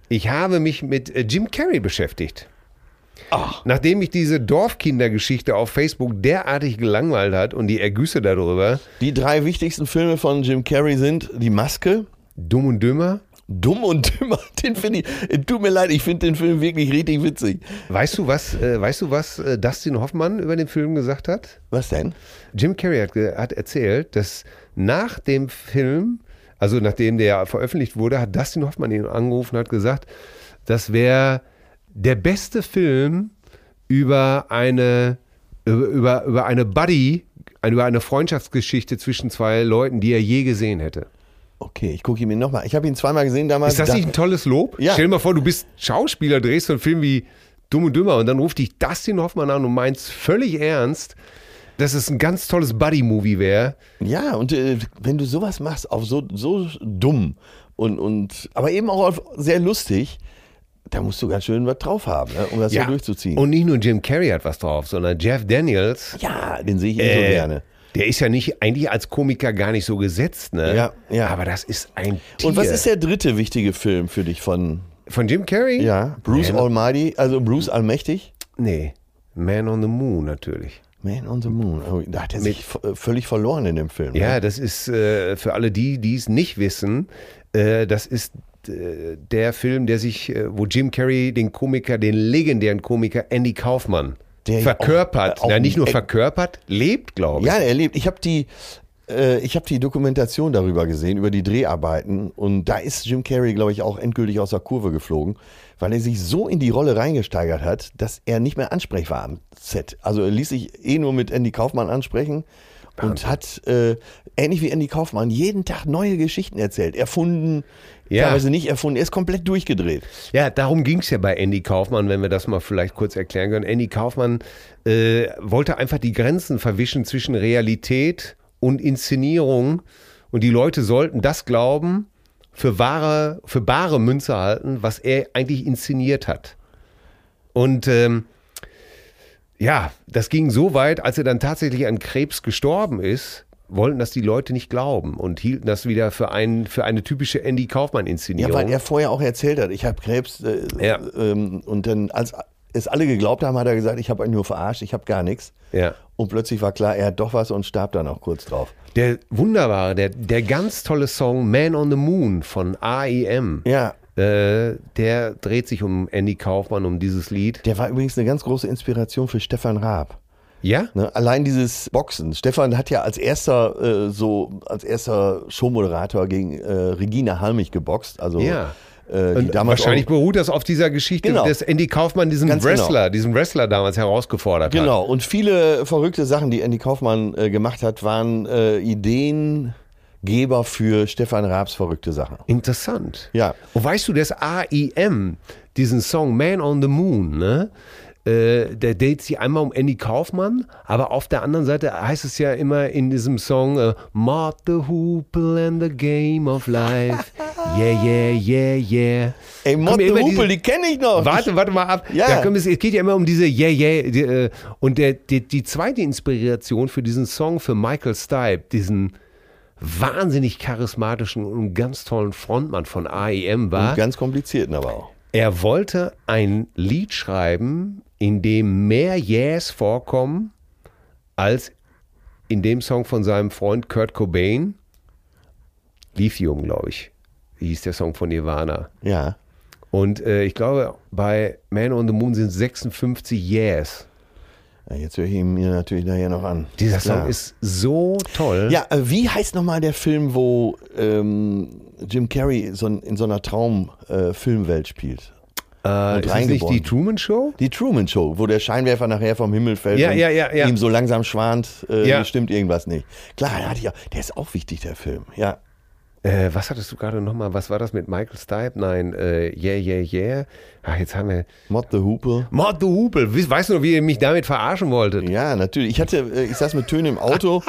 B: Ich habe mich mit äh, Jim Carrey beschäftigt.
C: Ach,
B: Nachdem mich diese Dorfkindergeschichte auf Facebook derartig gelangweilt hat und die Ergüsse darüber,
C: die drei wichtigsten Filme von Jim Carrey sind Die Maske,
B: Dumm und Dümmer,
C: Dumm und Dümmer. Den finde ich. äh, Tut mir leid, ich finde den Film wirklich richtig witzig.
B: Weißt du, was, äh, weißt du, was äh, Dustin Hoffmann über den Film gesagt hat?
C: Was denn?
B: Jim Carrey hat, ge- hat erzählt, dass nach dem Film, also nachdem der veröffentlicht wurde, hat Dustin Hoffmann ihn angerufen und hat gesagt, das wäre der beste Film über eine, über- über, über eine Buddy, über eine Freundschaftsgeschichte zwischen zwei Leuten, die er je gesehen hätte.
C: Okay, ich gucke ihn mir nochmal. Ich habe ihn zweimal gesehen damals.
B: Ist das
C: Also Da-
B: nicht ein tolles Lob?
C: Ja.
B: Stell dir mal vor, du bist Schauspieler, drehst so einen Film wie Dumm und Dümmer und dann ruft dich Dustin Hoffmann an und meinst völlig ernst, dass es ein ganz tolles Buddy-Movie wäre.
C: Ja, und äh, wenn du sowas machst, auf so, so dumm und, und aber eben auch auf sehr lustig, da musst du ganz schön was drauf haben, ne, um das so durchzuziehen.
B: Und nicht nur Jim Carrey hat was drauf, sondern Jeff Daniels.
C: ja, den sehe ich eh
B: äh,
C: so gerne.
B: Der ist ja nicht eigentlich als Komiker gar nicht so gesetzt, ne?
C: Ja, ja.
B: Aber das ist ein Tier.
C: Und was ist der dritte wichtige Film für dich von
B: Von Jim Carrey?
C: ja, Bruce
B: Man,
C: Almighty, also Bruce Allmächtig?
B: Nee. Man on the Moon natürlich.
C: Man on the Moon. Oh, Da hat er sich v- äh, völlig verloren in dem Film.
B: Ja,
C: ne?
B: das ist äh, für alle die, die es nicht wissen, äh, das ist äh, der Film, der sich, äh, wo Jim Carrey den Komiker, den legendären Komiker Andy Kaufmann
C: Der ja
B: verkörpert.
C: auch- äh, auch
B: Na, nicht nur
C: ein-
B: verkörpert, lebt, glaube ich.
C: Ja, er lebt. Ich habe die, äh, ich hab die Dokumentation darüber gesehen, über die Dreharbeiten. Und da ist Jim Carrey, glaube ich, auch endgültig aus der Kurve geflogen, weil er sich so in die Rolle reingesteigert hat, dass er nicht mehr ansprechbar war am Set. Also er ließ sich eh nur mit Andy Kaufmann ansprechen. Und hat, äh, ähnlich wie Andy Kaufmann, jeden Tag neue Geschichten erzählt. Erfunden,
B: Ja.
C: teilweise nicht erfunden. Er ist komplett durchgedreht.
B: Ja, darum ging es ja bei Andy Kaufmann, wenn wir das mal vielleicht kurz erklären können. Andy Kaufmann äh, wollte einfach die Grenzen verwischen zwischen Realität und Inszenierung. Und die Leute sollten das glauben, für wahre, für bare Münze halten, was er eigentlich inszeniert hat. Und ähm, ja, das ging so weit, als er dann tatsächlich an Krebs gestorben ist, wollten das die Leute nicht glauben und hielten das wieder für, ein, für eine typische Andy
C: Ja,
B: Kaufmann-Inszenierung.
C: weil er vorher auch erzählt hat, ich habe Krebs äh,
B: Ja.
C: ähm, und dann als es alle geglaubt haben, hat er gesagt, ich habe euch nur verarscht, ich habe gar nichts.
B: Ja.
C: Und plötzlich war klar, er hat doch was und starb dann auch kurz drauf.
B: Der wunderbare, der, der ganz tolle Song Man on the Moon von AEM,
C: Ja,
B: äh, der dreht sich um Andy Kaufmann, um dieses Lied.
C: der war übrigens eine ganz große Inspiration für Stefan Raab.
B: Ja?
C: Ne? Allein dieses Boxen. Stefan hat ja als erster äh, so als erster Showmoderator gegen äh, Regina Halmich geboxt. Also
B: Ja.
C: äh, die
B: Und
C: damals
B: wahrscheinlich
C: auch-
B: beruht das auf dieser Geschichte,
C: Genau.
B: dass Andy Kaufmann diesen
C: Ganz genau.
B: Wrestler, diesen Wrestler damals herausgefordert hat.
C: Genau, und viele verrückte Sachen, die Andy Kaufmann äh, gemacht hat, waren äh, Ideengeber für Stefan Raabs verrückte Sachen.
B: Interessant.
C: Ja.
B: Und weißt du, dass AIM, diesen Song Man on the Moon, ne? Äh, der datet sie einmal um Andy Kaufmann, aber auf der anderen Seite heißt es ja immer in diesem Song äh, Mord the Hoople and the Game of Life. Yeah, yeah, yeah, yeah.
C: Ey,
B: Kommen ja
C: Motte
B: immer
C: Hupel,
B: diese-
C: die kenne ich noch.
B: Warte, warte mal ab.
C: Ja.
B: Da kommt es, es geht ja immer um diese Yeah, yeah. Die, äh, und der, die, die zweite Inspiration für diesen Song für Michael Stipe, diesen wahnsinnig charismatischen und ganz tollen Frontmann von AEM war,
C: Ganz komplizierten aber auch.
B: er wollte ein Lied schreiben, in dem mehr Yes vorkommen als in dem Song von seinem Freund Kurt Cobain. Lithium, glaube ich, hieß der Song von Nirvana.
C: Ja.
B: Und äh, ich glaube, bei Man on the Moon sind 56 Yes.
C: Ja, Jetzt höre ich ihn mir natürlich nachher noch an.
B: Dieser
C: Klar.
B: Song ist so toll.
C: Ja, äh, wie heißt nochmal der Film, wo ähm, Jim Carrey so in, in so einer Traum-Filmwelt spielt?
B: äh, ist
C: und
B: es nicht
C: reingeboren.
B: die Truman Show?
C: Die Truman Show, wo der Scheinwerfer nachher vom Himmel fällt
B: Ja,
C: und
B: ja, ja, ja.
C: ihm so langsam schwant, äh,
B: Ja.
C: stimmt irgendwas nicht. Klar, da hatte ich auch, der ist auch wichtig, der Film. Ja,
B: Äh, was hattest du gerade nochmal? Was war das mit Michael Stipe? Nein, äh, Yeah, Yeah, Yeah. Ach, jetzt haben wir.
C: Mod the Hooper.
B: Mord the Hupel. We- Weißt du noch, wie ihr mich damit verarschen wolltet?
C: Ja, natürlich. Ich hatte, äh, ich saß mit Töne im Auto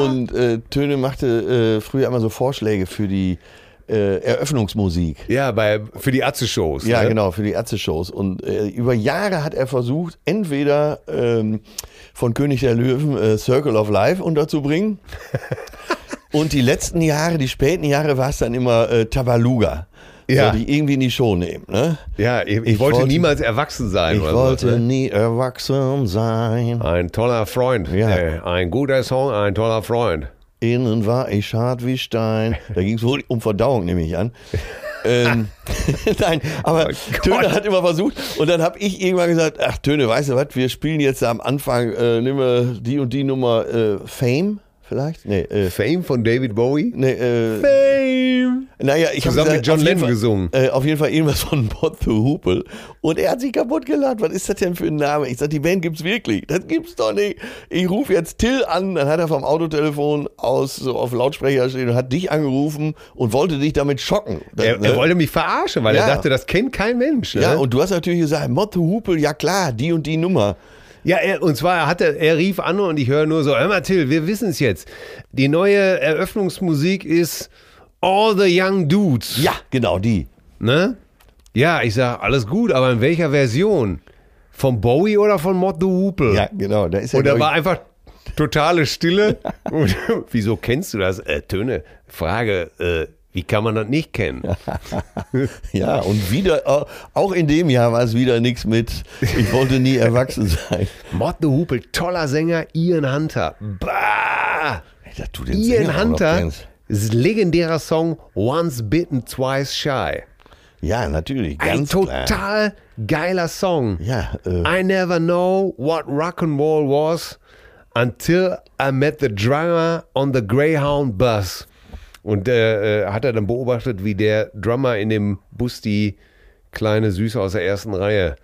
C: und äh, Töne machte äh, früher immer so Vorschläge für die äh, Eröffnungsmusik.
B: Ja, bei, für die Atze-Shows.
C: Ja,
B: ne?
C: genau, für die Ärzte-Shows. Und äh, über Jahre hat er versucht, entweder ähm, von König der Löwen äh, Circle of Life unterzubringen. und die letzten Jahre, die späten Jahre, war es dann immer äh, Tabaluga.
B: Ja.
C: So, die irgendwie in die Show nehmen. Ne?
B: Ja, ich, ich,
C: Ich
B: wollte,
C: wollte-
B: niemals erwachsen sein.
C: Ich
B: oder
C: wollte
B: sowas, ne?
C: nie erwachsen sein.
B: Ein toller Freund.
C: Ja.
B: Äh, ein guter Song, ein toller Freund.
C: Innen war ich hart wie Stein. Da ging es wohl um Verdauung, nehme ich an. ähm, Nein, aber Töne hat immer versucht. Und dann habe ich irgendwann gesagt: Ach, Töne, weißt du was? Wir spielen jetzt am Anfang, äh, nehmen wir die und die Nummer äh, Fame vielleicht? Nee, äh,
B: Fame von David Bowie.
C: nee äh,
B: Fame.
C: naja, ich habe
B: Zusammen mit John Lennon
C: Fall,
B: gesungen.
C: Äh, auf jeden Fall irgendwas von Bob the Hoople. Und er hat sich kaputt gelacht. Was ist das denn für ein Name? Ich sag, die Band gibt's wirklich. Das gibt's doch nicht. Ich rufe jetzt Till an. Dann hat er vom Autotelefon aus so auf Lautsprecher stehen und hat dich angerufen und wollte dich damit schocken.
B: Er,
C: Ne?
B: er wollte mich verarschen, weil er
C: Ja.
B: dachte, das kennt kein Mensch. Ne?
C: ja, und du hast natürlich gesagt, Motto Hupel, ja klar, die und die Nummer.
B: ja er, und zwar hat er, er rief an und ich höre nur so, hör mal Till, wir wissen es jetzt. Die neue Eröffnungsmusik ist All the Young Dudes.
C: Ja, genau, die.
B: Ne? Ja, ich sage, alles gut, aber in welcher Version? Von Bowie oder von Mod the Hoople?
C: Ja, genau. Da ist ja,
B: Und da
C: glaub
B: war
C: ich-
B: einfach totale Stille. Und, wieso kennst du das? Äh, Töne, Frage, äh, wie kann man das nicht kennen?
C: ja, und wieder, äh, auch in dem Jahr war es wieder nichts mit, ich wollte nie erwachsen sein.
B: Mod the Hoople, toller Sänger, Ian Hunter. Bah!
C: Ich dachte, du den Sänger auch
B: Ian
C: noch
B: Hunter,
C: kennst.
B: ist legendärer Song Once Bitten, Twice Shy.
C: Ja, natürlich,
B: Ein
C: ganz
B: total
C: klar.
B: geiler Song.
C: Ja, äh,
B: I never know what rock and roll was until I met the drummer on the Greyhound bus. Und äh, äh, hat er dann beobachtet, wie der Drummer in dem Bus die kleine Süße aus der ersten Reihe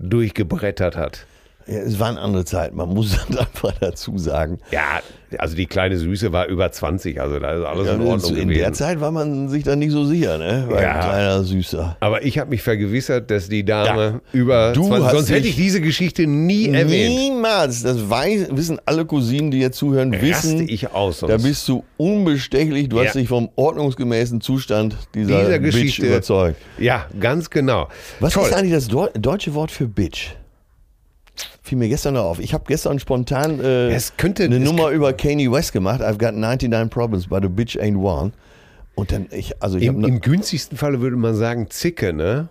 B: durchgebrettert hat.
C: ja, es waren andere Zeiten, man muss das einfach dazu sagen.
B: Ja, also die kleine Süße war über 20, also da ist alles in
C: Ja,
B: Ordnung
C: Äh, zu- in
B: gewesen.
C: der Zeit war man sich dann nicht so sicher, ne? Weil
B: Ja.
C: ein kleiner Süßer.
B: Aber ich habe mich vergewissert, dass die Dame über
C: Du
B: 20,
C: hast
B: sonst hätte
C: dich
B: ich diese Geschichte nie erwähnt.
C: Niemals, das weiß, wissen alle Cousinen, die jetzt zuhören, wissen,
B: Raste ich aus sonst.
C: da bist du unbestechlich, du
B: Ja.
C: hast dich vom ordnungsgemäßen Zustand dieser,
B: dieser
C: Bitch
B: Geschichte
C: überzeugt.
B: Ja, ganz genau.
C: Was
B: Toll.
C: ist eigentlich das Deu- deutsche Wort für Bitch? Fiel mir gestern noch auf. Ich habe gestern spontan äh,
B: Es könnte-
C: eine
B: es
C: Nummer über Kanye West gemacht. I've got 99 problems, but a bitch ain't one. Und dann, ich, also ich
B: Im,
C: habe
B: Im günstigsten Falle würde man sagen Zicke, ne?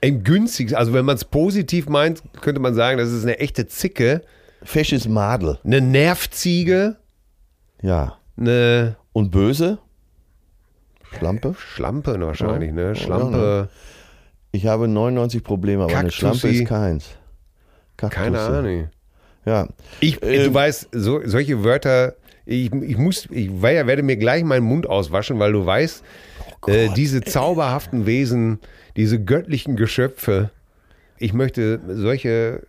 B: Im günstigsten, also wenn man es positiv meint, könnte man sagen, das ist eine echte Zicke,
C: Fesches Madel.
B: eine Nervziege,
C: Ja.
B: eine
C: Und böse? Schlampe?
B: Schlampe wahrscheinlich,
C: Ja,
B: ne? Schlampe,
C: Ich habe 99 Probleme, aber eine Schlampe
B: Kaktussi.
C: ist keins. Kaktusse.
B: keine Ahnung.
C: Ja.
B: Ich, äh, du
C: Ähm.
B: weißt, so, solche Wörter, ich, ich muss, ich war ja- werde mir gleich meinen Mund auswaschen, weil du weißt,
C: Oh
B: äh, diese zauberhaften Wesen, diese göttlichen Geschöpfe, ich möchte solche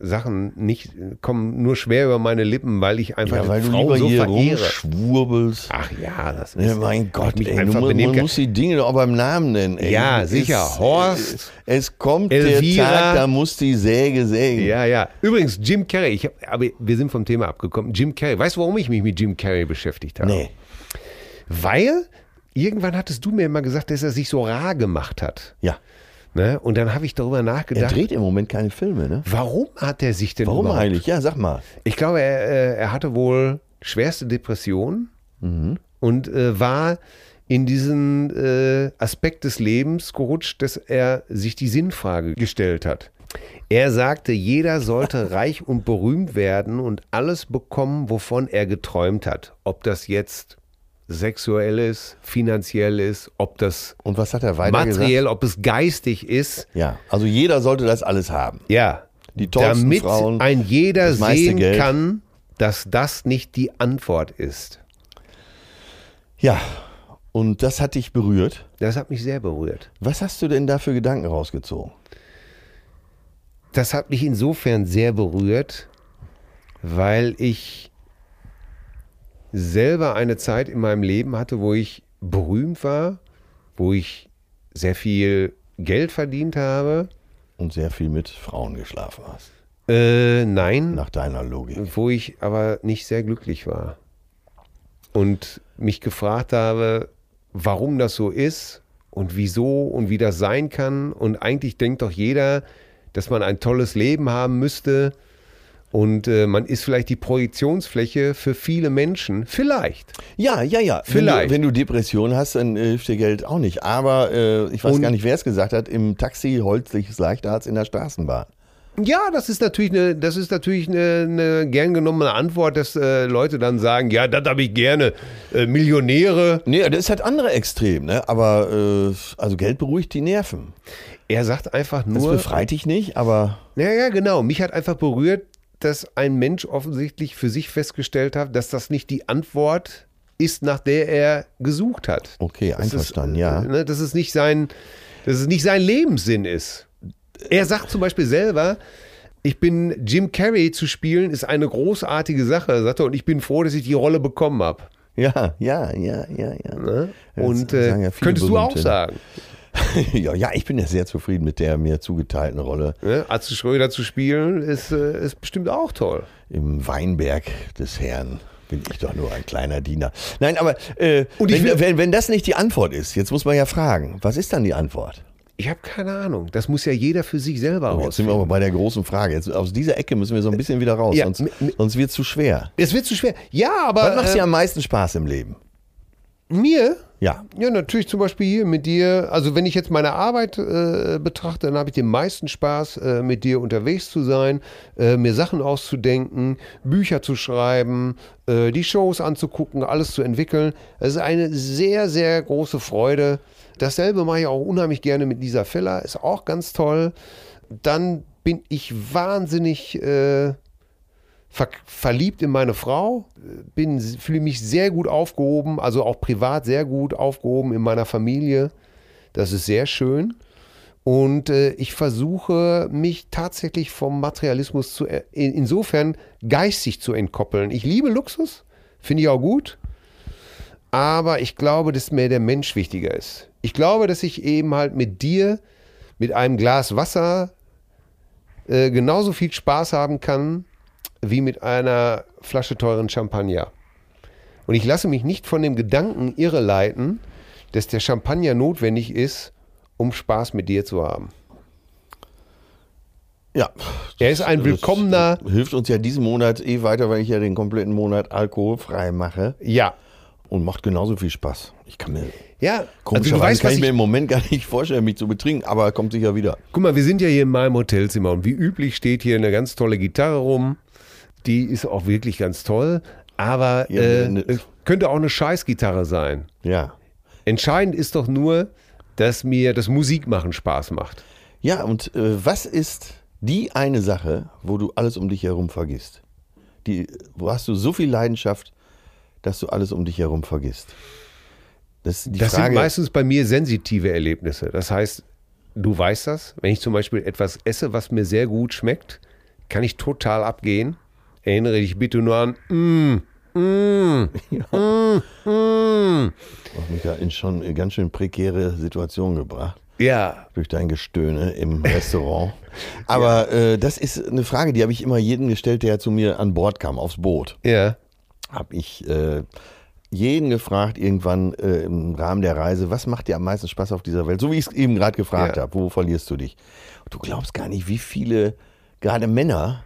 B: Sachen nicht, kommen nur schwer über meine Lippen, weil ich einfach
C: ja, weil du
B: Frauen
C: lieber
B: so
C: hier
B: verehre.
C: rumschwurbelst.
B: Ach ja, das ist.
C: Ja, Ne, mein Gott,
B: mich
C: ey, du,
B: einfach
C: mu-
B: benehmen
C: man
B: kann.
C: muss die Dinge doch auch beim Namen nennen. Ey.
B: Ja,
C: Es-
B: sicher. Horst,
C: Es kommt
B: Elvira.
C: der Tag, da muss die Säge sägen.
B: Ja, ja. Übrigens, Jim Carrey, ich hab, aber wir sind vom Thema abgekommen. Jim Carrey, weißt du, warum ich mich mit Jim Carrey beschäftigt habe?
C: Nee.
B: Weil irgendwann hattest du mir mal gesagt, dass er sich so rar gemacht hat.
C: Ja.
B: Ne? Und dann habe ich darüber
C: Er
B: nachgedacht,
C: dreht im Moment keine Filme, ne?
B: warum hat er sich denn
C: Warum
B: überhaupt?
C: eigentlich? Ja, sag mal.
B: Ich glaube, er, äh, er hatte wohl schwerste Depressionen
C: Mhm.
B: und äh, war in diesen äh, Aspekt des Lebens gerutscht, dass er sich die Sinnfrage gestellt hat. Er sagte, jeder sollte reich und berühmt werden und alles bekommen, wovon er geträumt hat. Ob das jetzt sexuell ist, finanziell ist, ob das
C: Und was hat er weiter
B: materiell, ob es geistig ist.
C: gesagt? Ja, also jeder sollte das alles haben.
B: Ja.
C: Die tollsten
B: Damit
C: Frauen,
B: ein jeder
C: das meiste
B: sehen
C: Geld.
B: kann, dass das nicht die Antwort ist.
C: Ja, und das hat dich berührt.
B: Das hat mich sehr berührt.
C: Was hast du denn da für Gedanken rausgezogen?
B: Das hat mich insofern sehr berührt, weil ich selber eine Zeit in meinem Leben hatte, wo ich berühmt war, wo ich sehr viel Geld verdient habe.
C: Und sehr viel mit Frauen geschlafen hast,
B: Äh, nein,
C: nach deiner Logik.
B: wo ich aber nicht sehr glücklich war. Und mich gefragt habe, warum das so ist und wieso und wie das sein kann. Und eigentlich denkt doch jeder, dass man ein tolles Leben haben müsste. Und äh, man ist vielleicht die Projektionsfläche für viele Menschen. Vielleicht.
C: Ja, ja, ja.
B: Vielleicht.
C: Wenn du, wenn du Depressionen hast, dann äh, hilft dir Geld auch nicht. Aber äh, ich weiß
B: Und-
C: gar nicht, wer es gesagt hat, im Taxi holt sich das Leichtarzt in der Straßenbahn.
B: Ja, das ist natürlich eine, das ist natürlich eine, eine gern genommene Antwort, dass äh, Leute dann sagen, ja, das habe ich gerne. Äh, Millionäre.
C: Nee, das ist halt andere Extrem, ne? Aber äh, also Geld beruhigt die Nerven.
B: Er sagt einfach
C: Das
B: nur.
C: befreit dich nicht, aber
B: Ja, ja, genau. Mich hat einfach berührt, dass ein Mensch offensichtlich für sich festgestellt hat, dass das nicht die Antwort ist, nach der er gesucht hat.
C: okay,
B: Das ist,
C: einverstanden,
B: äh,
C: ja.
B: Ne, dass, es nicht sein, dass es nicht sein Lebenssinn ist. Er sagt zum Beispiel selber, ich bin Jim Carrey zu spielen, ist eine großartige Sache, sagt er, und ich bin froh, dass ich die Rolle bekommen habe.
C: Ja, ja, ja, ja, ja.
B: Ne? Und
C: das sagen
B: äh,
C: ja viele
B: könntest du auch
C: Berühmte. ne?
B: sagen.
C: ja. Ja, ich bin ja sehr zufrieden mit der mir zugeteilten Rolle
B: Ne? Atze Schröder zu spielen, ist, äh, ist bestimmt auch toll.
C: im Weinberg des Herrn. Bin ich doch nur ein kleiner Diener. Nein, aber äh,
B: Und ich
C: wenn,
B: will-
C: wenn, wenn das nicht die Antwort ist, jetzt muss man ja fragen, was ist dann die Antwort? Oh,
B: Ich habe keine Ahnung. Das muss ja jeder für sich selber
C: Jetzt sind wir
B: rausfinden.
C: aber bei der großen Frage. Jetzt, aus dieser Ecke müssen wir so ein bisschen wieder raus,
B: Äh, Ja,
C: sonst,
B: mi- mi-
C: sonst wird es zu schwer.
B: Es wird zu schwer. Ja, aber
C: Was macht
B: äh,
C: dir am meisten Spaß im Leben?
B: mir?
C: Ja.
B: Ja, natürlich zum Beispiel hier mit dir. Also wenn ich jetzt meine Arbeit äh, betrachte, dann habe ich den meisten Spaß, äh, mit dir unterwegs zu sein, äh, mir Sachen auszudenken, Bücher zu schreiben, äh, die Shows anzugucken, alles zu entwickeln. Es ist eine sehr, sehr große Freude. Dasselbe mache ich auch unheimlich gerne mit Lisa Feller. Ist auch ganz toll. Dann bin ich wahnsinnig... Äh, ver verliebt in meine Frau, bin fühle mich sehr gut aufgehoben, also auch privat sehr gut aufgehoben in meiner Familie. Das ist sehr schön. Und äh, ich versuche mich tatsächlich vom Materialismus zu er- in, insofern geistig zu entkoppeln. Ich liebe Luxus, finde ich auch gut, aber ich glaube, dass mir der Mensch wichtiger ist. Ich glaube, dass ich eben halt mit dir, mit einem Glas Wasser äh, genauso viel Spaß haben kann, wie mit einer Flasche teuren Champagner. Und ich lasse mich nicht von dem Gedanken irreleiten, dass der Champagner notwendig ist, um Spaß mit dir zu haben.
C: Ja.
B: Er ist ein
C: Das
B: willkommener,
C: Hilft uns ja diesen Monat eh weiter, weil ich ja den kompletten Monat alkoholfrei mache.
B: ja.
C: und macht genauso viel Spaß. Ich kann mir
B: Ja, also du
C: komischerweise
B: weißt,
C: kann
B: was
C: ich mir
B: ich,
C: im Moment gar nicht vorstellen, mich zu betrinken, aber kommt sicher wieder.
B: guck mal, wir sind ja hier in meinem Hotelzimmer und wie üblich steht hier eine ganz tolle Gitarre rum. Die ist auch wirklich ganz toll, aber
C: Ja,
B: äh,
C: ne-
B: es könnte auch eine Scheißgitarre sein.
C: Ja.
B: Entscheidend ist doch nur, dass mir das Musikmachen Spaß macht.
C: Ja, und äh, was ist die eine Sache, wo du alles um dich herum vergisst? Die, wo hast du so viel Leidenschaft, dass du alles um dich herum vergisst? Das ist die
B: das
C: Frage.
B: sind meistens bei mir sensitive Erlebnisse. Das heißt, du weißt das, wenn ich zum Beispiel etwas esse, was mir sehr gut schmeckt, kann ich total abgehen. Erinnere dich bitte nur an, mm, mm, mm, mm.
C: Hat mich ja in schon eine ganz schön prekäre Situation gebracht.
B: Ja,
C: Durch dein Gestöhne im Restaurant. Aber äh, das ist eine Frage, die habe ich immer jedem gestellt, der zu mir an Bord kam, aufs Boot.
B: ja,
C: Habe ich äh, jeden gefragt, irgendwann äh, im Rahmen der Reise, was macht dir am meisten Spaß auf dieser Welt? So wie ich es eben gerade gefragt
B: Ja.
C: habe, wo verlierst du dich? Und du glaubst gar nicht, wie viele, gerade Männer,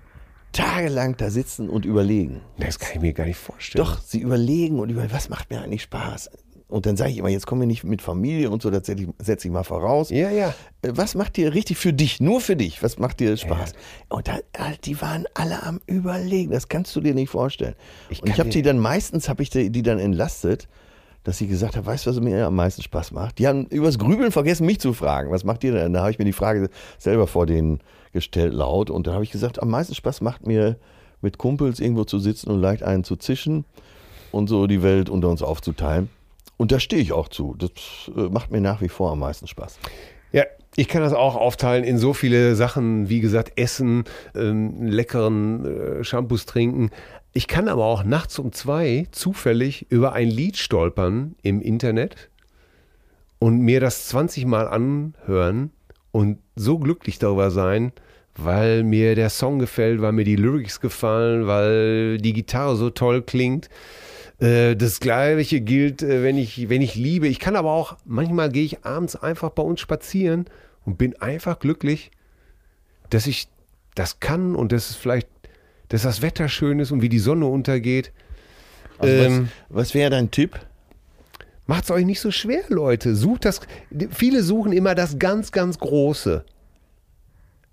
C: tagelang da sitzen und überlegen.
B: das kann ich mir gar nicht vorstellen.
C: Doch, sie überlegen und über was macht mir eigentlich Spaß. Und dann sage ich immer, jetzt kommen wir nicht mit Familie und so, das setze ich, setz ich mal voraus.
B: Ja, ja.
C: Äh, Was macht dir richtig für dich, nur für dich, was macht dir Spaß? Und da, äh, die waren alle am Überlegen, das kannst du dir nicht vorstellen. und
B: kann
C: ich habe
B: mir-
C: die dann meistens, habe ich die, die dann entlastet, dass ich gesagt habe, weißt du, was mir am meisten Spaß macht? Die haben übers Grübeln vergessen, mich zu fragen, was macht dir denn? Da habe ich mir die Frage selber vor denen gestellt, laut. Und da habe ich gesagt, am meisten Spaß macht mir, mit Kumpels irgendwo zu sitzen und leicht einen zu zischen und so die Welt unter uns aufzuteilen. Und da stehe ich auch zu. Das äh, macht mir nach wie vor am meisten Spaß.
B: Ja, ich kann das auch aufteilen in so viele Sachen, wie gesagt, Essen, ähm, leckeren äh, Shampoos trinken. Ich kann aber auch nachts um zwei zufällig über ein Lied stolpern im Internet und mir das 20 Mal anhören und so glücklich darüber sein, weil mir der Song gefällt, weil mir die Lyrics gefallen, weil die Gitarre so toll klingt. Äh, das Gleiche gilt, äh, wenn ich, wenn ich liebe. Ich kann aber auch, manchmal gehe ich abends einfach bei uns spazieren und bin einfach glücklich, dass ich das kann und dass es vielleicht, dass das Wetter schön ist und wie die Sonne untergeht.
C: Also
B: Ähm.
C: was was wäre dein Tipp?
B: Macht's euch nicht so schwer, Leute. Sucht das. Viele suchen immer das ganz, ganz Große.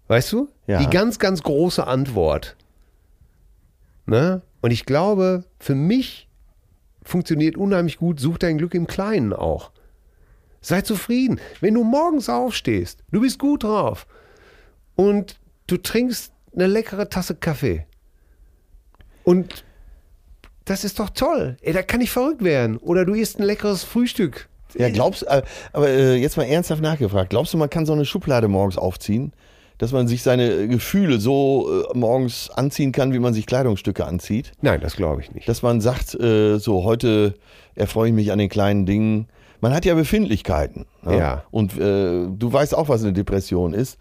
B: Weißt du?
C: Ja.
B: Die ganz, ganz große Antwort. Ne? Und ich glaube, für mich funktioniert unheimlich gut, such dein Glück im Kleinen auch. Sei zufrieden. Wenn du morgens aufstehst, du bist gut drauf und du trinkst eine leckere Tasse Kaffee. Und das ist doch toll. Ey, da kann ich verrückt werden. Oder du isst ein leckeres Frühstück.
C: Ja, glaubst äh, aber äh, jetzt mal ernsthaft nachgefragt, glaubst du, man kann so eine Schublade morgens aufziehen, dass man sich seine äh, Gefühle so äh, morgens anziehen kann, wie man sich Kleidungsstücke anzieht?
B: Nein, das glaube ich nicht.
C: Dass man sagt, äh, so heute erfreue ich mich an den kleinen Dingen. Man hat ja Befindlichkeiten. ne?
B: Ja.
C: Und äh, du weißt auch, was eine Depression ist.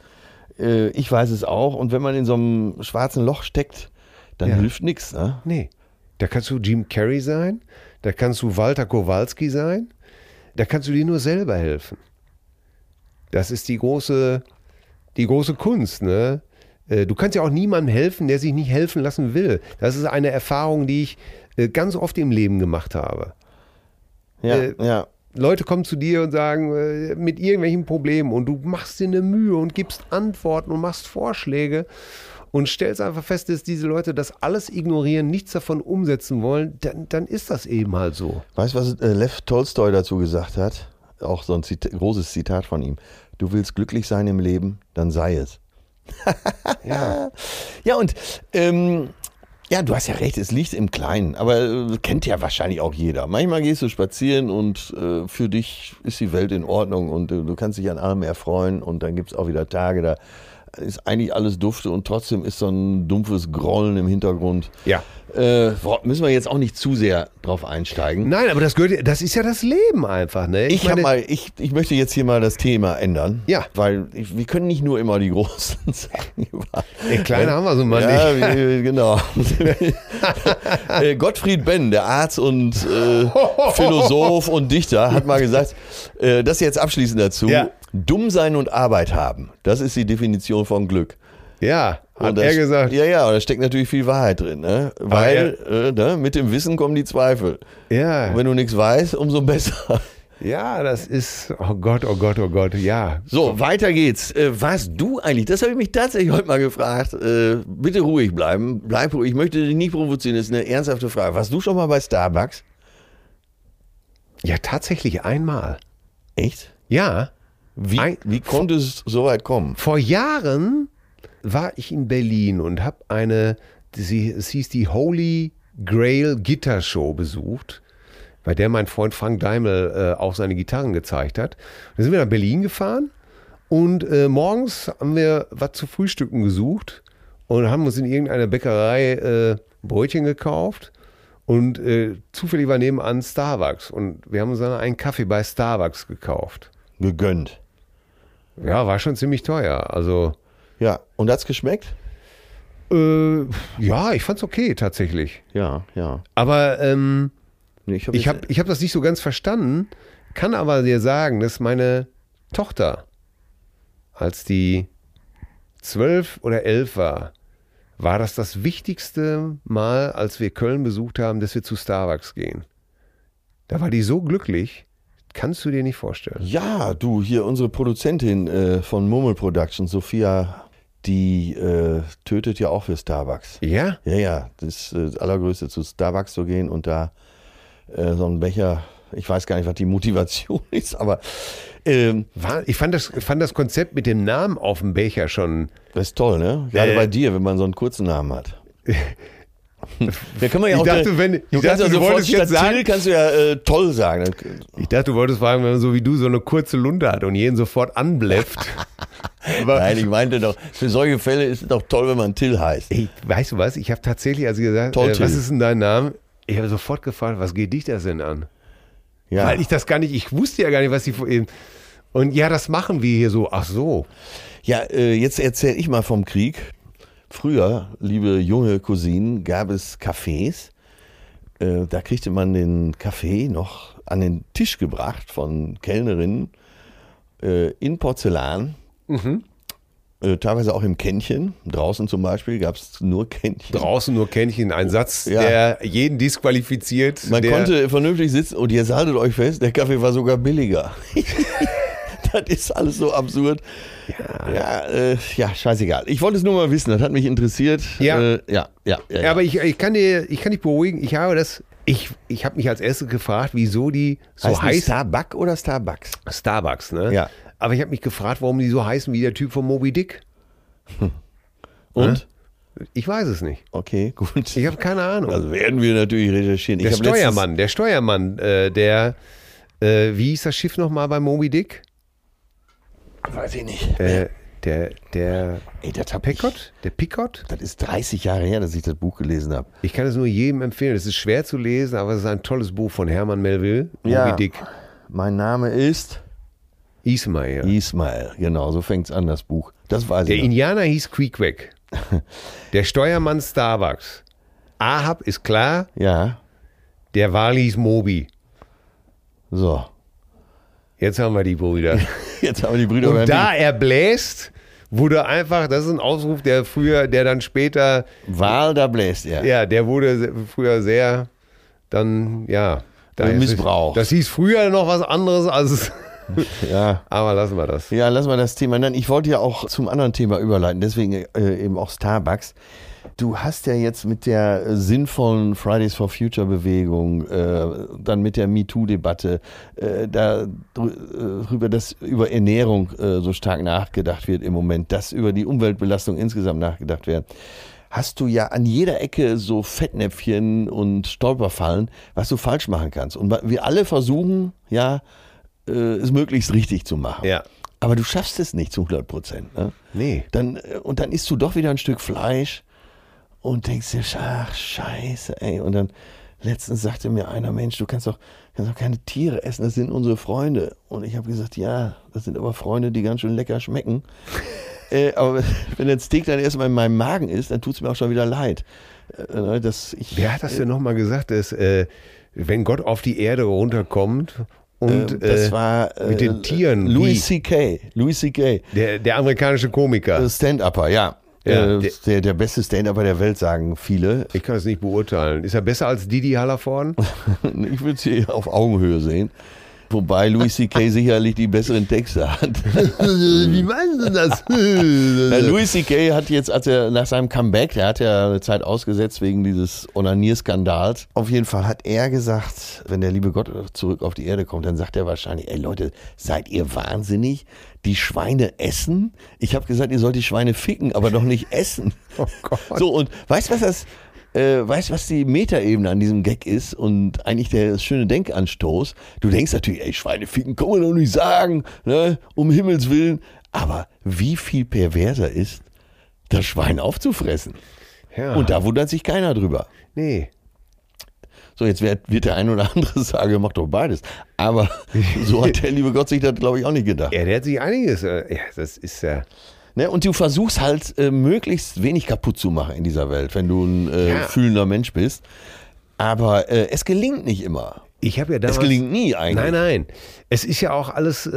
C: Äh, ich weiß es auch. Und wenn man in so einem schwarzen Loch steckt, dann
B: Ja.
C: hilft nichts. Ne?
B: Nee. Da kannst du Jim Carrey sein, da kannst du Walter Kowalski sein, da kannst du dir nur selber helfen. Das ist die große, die große Kunst, ne? Äh, Du kannst ja auch niemandem helfen, der sich nicht helfen lassen will. Das ist eine Erfahrung, die ich äh, ganz oft im Leben gemacht habe.
C: Ja,
B: Äh,
C: ja.
B: Leute kommen zu dir und sagen, äh, mit irgendwelchen Problemen und du machst dir eine Mühe und gibst Antworten und machst Vorschläge und stellst einfach fest, dass diese Leute das alles ignorieren, nichts davon umsetzen wollen, dann, dann ist das eben halt so.
C: Weißt du, was äh, Lev Tolstoy dazu gesagt hat? Auch so ein Zita großes Zitat von ihm. Du willst glücklich sein im Leben, dann sei es.
B: Ja.
C: Ja, und ähm, ja, du hast ja recht, es liegt im Kleinen, aber äh, kennt ja wahrscheinlich auch jeder. Manchmal gehst du spazieren und äh, für dich ist die Welt in Ordnung und äh, du kannst dich an allem erfreuen und dann gibt es auch wieder Tage, da ist eigentlich alles dufte und trotzdem ist so ein dumpfes Grollen im Hintergrund.
B: Ja.
C: Äh, boah, müssen wir jetzt auch nicht zu sehr drauf einsteigen.
B: Nein, aber das gehört, ja- das ist ja das Leben einfach, ne?
C: Ich, hab
B: meine-
C: mal, ich, ich möchte jetzt hier mal das Thema ändern.
B: Ja.
C: Weil ich, wir können nicht nur immer die großen Sachen über.
B: Ey, kleine haben wir so mal
C: ja,
B: nicht.
C: wir- genau. Äh, Gottfried Benn, der Arzt und äh, Philosoph und Dichter, hat mal gesagt, äh, das jetzt abschließend dazu,
B: Ja.
C: dumm sein und Arbeit haben, das ist die Definition von Glück.
B: Ja, hat
C: da
B: er
C: st-
B: gesagt. Ah,
C: Ja, ja, da steckt natürlich viel Wahrheit drin, ne? Weil äh, ne, mit dem Wissen kommen die Zweifel.
B: Ja.
C: Und wenn du nichts weißt, umso besser.
B: ja, das ist, oh Gott, oh Gott, oh Gott, ja.
C: So, weiter geht's. Äh, warst du eigentlich, das habe ich mich tatsächlich heute mal gefragt, äh, bitte ruhig bleiben, bleib ruhig, ich möchte dich nicht provozieren, das ist eine ernsthafte Frage. Warst du schon mal bei Starbucks?
B: Ja, tatsächlich einmal.
C: Echt?
B: Ja,
C: Wie,
B: Ein-
C: wie konnte es so weit kommen?
B: vor Jahren war ich in Berlin und habe eine, sie, es hieß die Holy Grail Gitter Show besucht, bei der mein Freund Frank Daimel äh, auch seine Gitarren gezeigt hat. Da sind wir nach Berlin gefahren und äh, morgens haben wir was zu frühstücken gesucht und haben uns in irgendeiner Bäckerei äh, Brötchen gekauft. Und äh, zufällig war nebenan Starbucks und wir haben uns dann einen Kaffee bei Starbucks gekauft.
C: Gegönnt.
B: Ja, war schon ziemlich teuer. Also
C: Ja, und hat's geschmeckt?
B: Äh, ja, ich fand's okay tatsächlich.
C: Ja, ja.
B: Aber ähm,
C: Nee, Ich habe
B: ich habe ich hab das nicht so ganz verstanden, kann aber dir sagen, dass meine Tochter, als die zwölf oder elf war, war das das wichtigste Mal, als wir Köln besucht haben, dass wir zu Starbucks gehen. Da war die so glücklich, kannst du dir nicht vorstellen.
C: Ja, du, hier unsere Produzentin äh, von Murmel Productions, Sophia, die äh, tötet ja auch für Starbucks.
B: Ja?
C: Ja, ja, das, äh, das Allergrößte, zu Starbucks zu gehen und da äh, so einen Becher, ich weiß gar nicht, was die Motivation ist, aber ähm,
B: War, ich fand das, fand das Konzept mit dem Namen auf dem Becher schon.
C: das ist toll, ne? Gerade
B: Äh.
C: bei dir, wenn man so einen kurzen Namen hat. Da kann man ja
B: Ich
C: auch
B: dachte, wenn- ich
C: du
B: dachte,
C: kannst ja
B: du
C: sofort
B: wolltest jetzt
C: statt
B: sagen-
C: Till kannst du ja äh, toll sagen. Dann-
B: Ich dachte, du wolltest fragen, wenn man so wie du so eine kurze Lunte hat und jeden sofort anblefft. Aber
C: Nein, ich meinte doch, für solche Fälle ist es doch toll, wenn man Till heißt.
B: ey, weißt du was? Ich habe tatsächlich, als ich gesagt
C: Toll,
B: äh,
C: Till.
B: was ist denn dein Name? Ich habe sofort gefragt, was geht dich das denn an?
C: Ja.
B: Weil ich das gar nicht, ich wusste ja gar nicht, was sie vor eben. Und ja, das machen wir hier so. Ach so.
C: Ja, äh, jetzt erzähle ich mal vom Krieg. Früher, liebe junge Cousinen, gab es Cafés. Äh, da kriegte man den Kaffee noch an den Tisch gebracht von Kellnerinnen äh, in Porzellan. Äh, teilweise auch im Kännchen. Draußen zum Beispiel gab es nur Kännchen.
B: Draußen nur Kännchen, ein Satz,
C: Ja.
B: der jeden disqualifiziert.
C: Man
B: der,
C: konnte vernünftig sitzen und jetzt haltet euch fest, der Kaffee war sogar billiger. das ist alles so absurd. Ja, äh, ja scheißegal. Ich wollte es nur mal wissen, das hat mich interessiert.
B: Ja.
C: äh, ja, ja. ja,
B: Ja, aber ich, ich, kann dir, ich kann dich beruhigen. Ich habe das, ich, ich habe mich als erstes gefragt, wieso die so
C: heißt die
B: heiß
C: Starbuck oder Starbucks?
B: Starbucks, ne?
C: Ja.
B: Aber ich habe mich gefragt, warum die so heißen wie der Typ von Moby Dick.
C: Und?
B: Ich weiß es nicht.
C: Hm? Okay, gut.
B: Ich habe keine Ahnung.
C: Das werden wir natürlich recherchieren.
B: der
C: Also, ich hab letztens-
B: Steuermann, der Steuermann, äh, der, äh, wie hieß das Schiff nochmal bei Moby Dick?
C: Weiß ich nicht.
B: Äh, der, der
C: Ey, das, hab ich,
B: Peckott? Der Picot?
C: das ist 30 Jahre her, dass ich das Buch gelesen habe.
B: Ich kann es nur jedem empfehlen. Es ist schwer zu lesen, aber es ist ein tolles Buch von Hermann Melville. Moby
C: Ja.
B: Dick.
C: Mein Name ist
B: Ismail.
C: Ismail. Genau, so fängt es an, das Buch. Das weiß
B: Der
C: ich. noch.
B: Indianer hieß Queequeg. Der Steuermann Starbucks. Ahab ist klar,
C: Ja,
B: der Wali hieß Moby.
C: so.
B: Jetzt haben wir die Brüder.
C: Jetzt haben wir die Brüder
B: Und
C: beim
B: da er bläst, wurde einfach, das ist ein Ausruf, der früher, der dann später,
C: Bier. Wahl, da bläst er.
B: ja, der wurde se- früher sehr, dann, ja. Da
C: Ein Missbrauch.
B: Das hieß früher noch was anderes als es.
C: Ja.
B: Aber lassen wir das.
C: Ja, lass mal das Thema. Nein, ich wollte ja auch zum anderen Thema überleiten, deswegen äh, eben auch Starbucks. Du hast ja jetzt mit der äh, sinnvollen Fridays for Future Bewegung, äh, dann mit der MeToo-Debatte, äh, da drü- äh, drüber, dass über Ernährung äh, so stark nachgedacht wird im Moment, dass über die Umweltbelastung insgesamt nachgedacht wird. Hast du ja an jeder Ecke so Fettnäpfchen und Stolperfallen, was du falsch machen kannst. Und wa- wir alle versuchen, ja, äh, es möglichst richtig zu machen.
B: Ja.
C: Aber du schaffst es nicht zu 100 Prozent. Ne?
B: Nee.
C: Dann, äh, und dann isst du doch wieder ein Stück Fleisch und denkst dir, ach, scheiße, ey. Und dann letztens sagte mir einer, Mensch, du kannst doch, kannst doch keine Tiere essen, das sind unsere Freunde. Und ich habe gesagt, ja, das sind aber Freunde, die ganz schön lecker schmecken. äh, aber wenn der Steak dann erstmal in meinem Magen ist, dann tut es mir auch schon wieder leid. Äh, ne, dass ich,
B: Wer hat das denn nochmal gesagt, dass, äh, wenn Gott auf die Erde runterkommt und
C: äh, das
B: äh,
C: war äh,
B: mit den Tieren,
C: Louis
B: wie?
C: C.K. Louis C.K.
B: der, der amerikanische Komiker,
C: Äh, Stand-Upper, ja.
B: Ja,
C: äh,
B: der-
C: der, der beste Stand-Upper der Welt, sagen viele.
B: Ich kann das nicht beurteilen. Ist er besser als Didi Hallervorden?
C: Ich würde sie auf Augenhöhe sehen. Wobei Louis C.K. sicherlich die besseren Texte hat.
B: Wie meinst du das?
C: Na, Louis C.K. hat jetzt, als er nach seinem Comeback, der hat ja eine Zeit ausgesetzt wegen dieses Onanierskandals. Auf jeden Fall hat er gesagt, wenn der liebe Gott zurück auf die Erde kommt, dann sagt er wahrscheinlich, ey Leute, seid ihr wahnsinnig? Die Schweine essen? Ich habe gesagt, ihr sollt die Schweine ficken, aber doch nicht essen.
B: Oh Gott.
C: So, und weißt du, was das, äh, weißt du, was die Metaebene an diesem Gag ist und eigentlich der schöne Denkanstoß? Du denkst natürlich, ey, Schweine ficken, kann man doch nicht sagen, ne, um Himmels Willen. Aber wie viel perverser ist, das Schwein aufzufressen?
B: Ja.
C: Und da wundert sich keiner drüber.
B: nee.
C: So, jetzt wird, wird der ein oder andere sagen, macht doch beides. Aber so hat der liebe Gott sich das, glaube ich, auch nicht gedacht.
B: Ja, der hat sich einiges. äh, Ja, das ist ja.
C: Ne? Und du versuchst halt äh, möglichst wenig kaputt zu machen in dieser Welt, wenn du ein äh,
B: Ja.
C: fühlender Mensch bist. Aber äh, es gelingt nicht immer.
B: Ich habe ja damals.
C: Es gelingt nie eigentlich.
B: Nein, nein. Es ist ja auch alles, äh,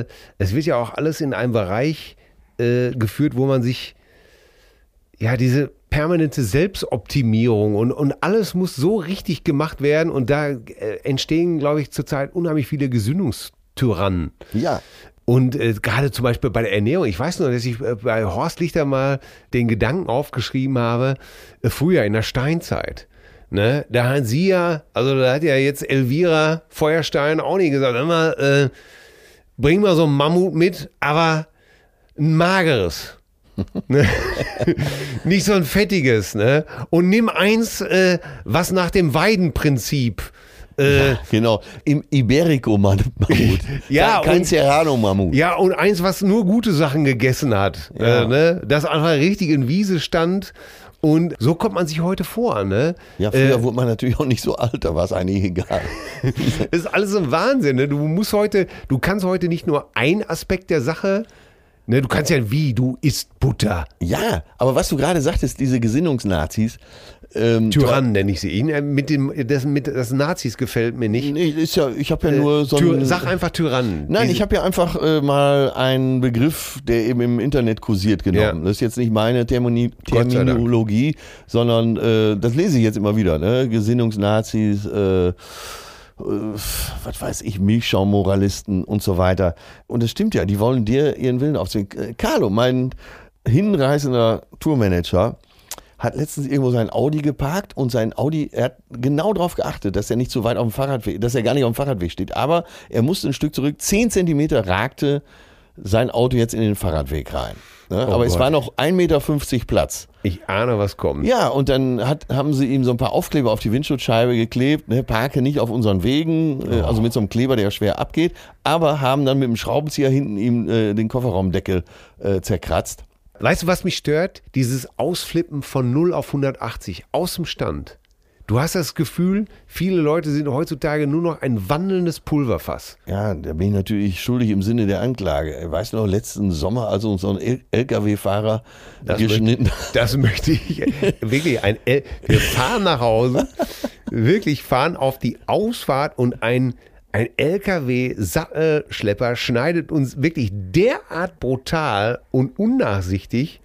B: äh, es wird ja auch alles in einem Bereich äh, geführt, wo man sich, ja, diese permanente Selbstoptimierung und, und alles muss so richtig gemacht werden und da äh, entstehen, glaube ich, zurzeit unheimlich viele Gesündungstyrannen.
C: Ja.
B: Und äh, gerade zum Beispiel bei der Ernährung, ich weiß nur, dass ich äh, bei Horst Lichter mal den Gedanken aufgeschrieben habe, äh, früher in der Steinzeit. Ne? Da haben sie ja, also da hat ja jetzt Elvira Feuerstein auch nie gesagt, immer, äh, bring mal so einen Mammut mit, aber ein mageres. ne? Nicht so ein fettiges, ne? Und nimm eins, äh, was nach dem Weidenprinzip. Äh,
C: Genau. Im Iberico-Mammut.
B: Ja,
C: Kein Serrano-Mammut.
B: Ja, und eins, was nur gute Sachen gegessen hat.
C: Ja.
B: Äh, ne? Das einfach richtig in Wiese stand. Und so kommt man sich heute vor, ne?
C: Ja, früher wurde man natürlich auch nicht so alt, da war es eigentlich egal.
B: Das ist alles ein Wahnsinn, ne? Du musst heute, du kannst heute nicht nur ein Aspekt der Sache, ne? Du kannst ja wie, du isst Butter.
C: ja, aber was du gerade sagtest, diese Gesinnungsnazis. Ähm,
B: Tyrann nenne ich sie ihn. Äh, Mit dem, das, mit, das Nazis gefällt mir nicht.
C: Nee, ist ja, ich habe ja nur so
B: Tür,
C: ein,
B: sag einfach Tyrannen.
C: Nein,
B: Diese-
C: ich habe ja einfach äh, mal einen Begriff, der eben im Internet kursiert, genommen.
B: Ja.
C: Das ist jetzt nicht meine Termini
B: Gott sei Dank.
C: Terminologie, sondern äh, das lese ich jetzt immer wieder. Ne? Gesinnungsnazis, äh, äh, was weiß ich, Milchschaummoralisten und so weiter. Und es stimmt ja, die wollen dir ihren Willen aufzwingen. Äh, Carlo, mein hinreißender Tourmanager, hat letztens irgendwo sein Audi geparkt und sein Audi, er hat genau darauf geachtet, dass er nicht zu weit auf dem Fahrradweg, dass er gar nicht auf dem Fahrradweg steht. Aber er musste ein Stück zurück, 10 Zentimeter ragte sein Auto jetzt in den Fahrradweg rein. Ne? Aber es
B: Gott.
C: war noch 1,50 Meter Platz.
B: ich ahne, was kommt.
C: Ja, und dann hat, haben sie ihm so ein paar Aufkleber auf die Windschutzscheibe geklebt, ne, parke nicht auf unseren Wegen, äh, also mit so einem Kleber, der schwer abgeht, aber haben dann mit dem Schraubenzieher hinten ihm äh, den Kofferraumdeckel äh, zerkratzt.
B: Weißt du, was mich stört? Dieses Ausflippen von 0 auf 180 aus dem Stand. Du hast das Gefühl, viele Leute sind heutzutage nur noch ein wandelndes Pulverfass.
C: Ja, da bin ich natürlich schuldig im Sinne der Anklage. Äh, Weißt du noch, letzten Sommer, als uns so ein L- LKW-Fahrer geschnitten hat?
B: Das möchte ich wirklich. Ein L Wir fahren nach Hause, wirklich fahren auf die Ausfahrt und ein, ein LKW-Schlepper schneidet uns wirklich derart brutal und unnachsichtig,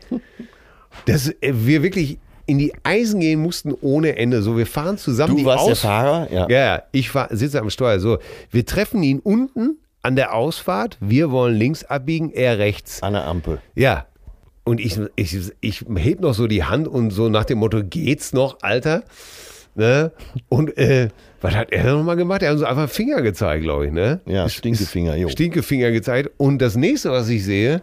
B: dass äh, wir wirklich in die Eisen gehen mussten ohne Ende. So, wir fahren zusammen
C: Du
B: die
C: warst der
B: Ausfahrt.
C: Fahrer? Ja.
B: Ja, ja, ich war, sitze am Steuer. So, wir treffen ihn unten an der Ausfahrt. Wir wollen links abbiegen, er rechts.
C: An der Ampel.
B: Ja. Und ich, ich, ich heb noch so die Hand und so nach dem Motto, geht's noch, Alter? Ne? Und äh, was hat er nochmal gemacht? Er hat uns einfach einen Finger gezeigt, glaube ich, ne?
C: Ja, Stinkefinger, jo.
B: Stinkefinger gezeigt. Und das nächste, was ich sehe,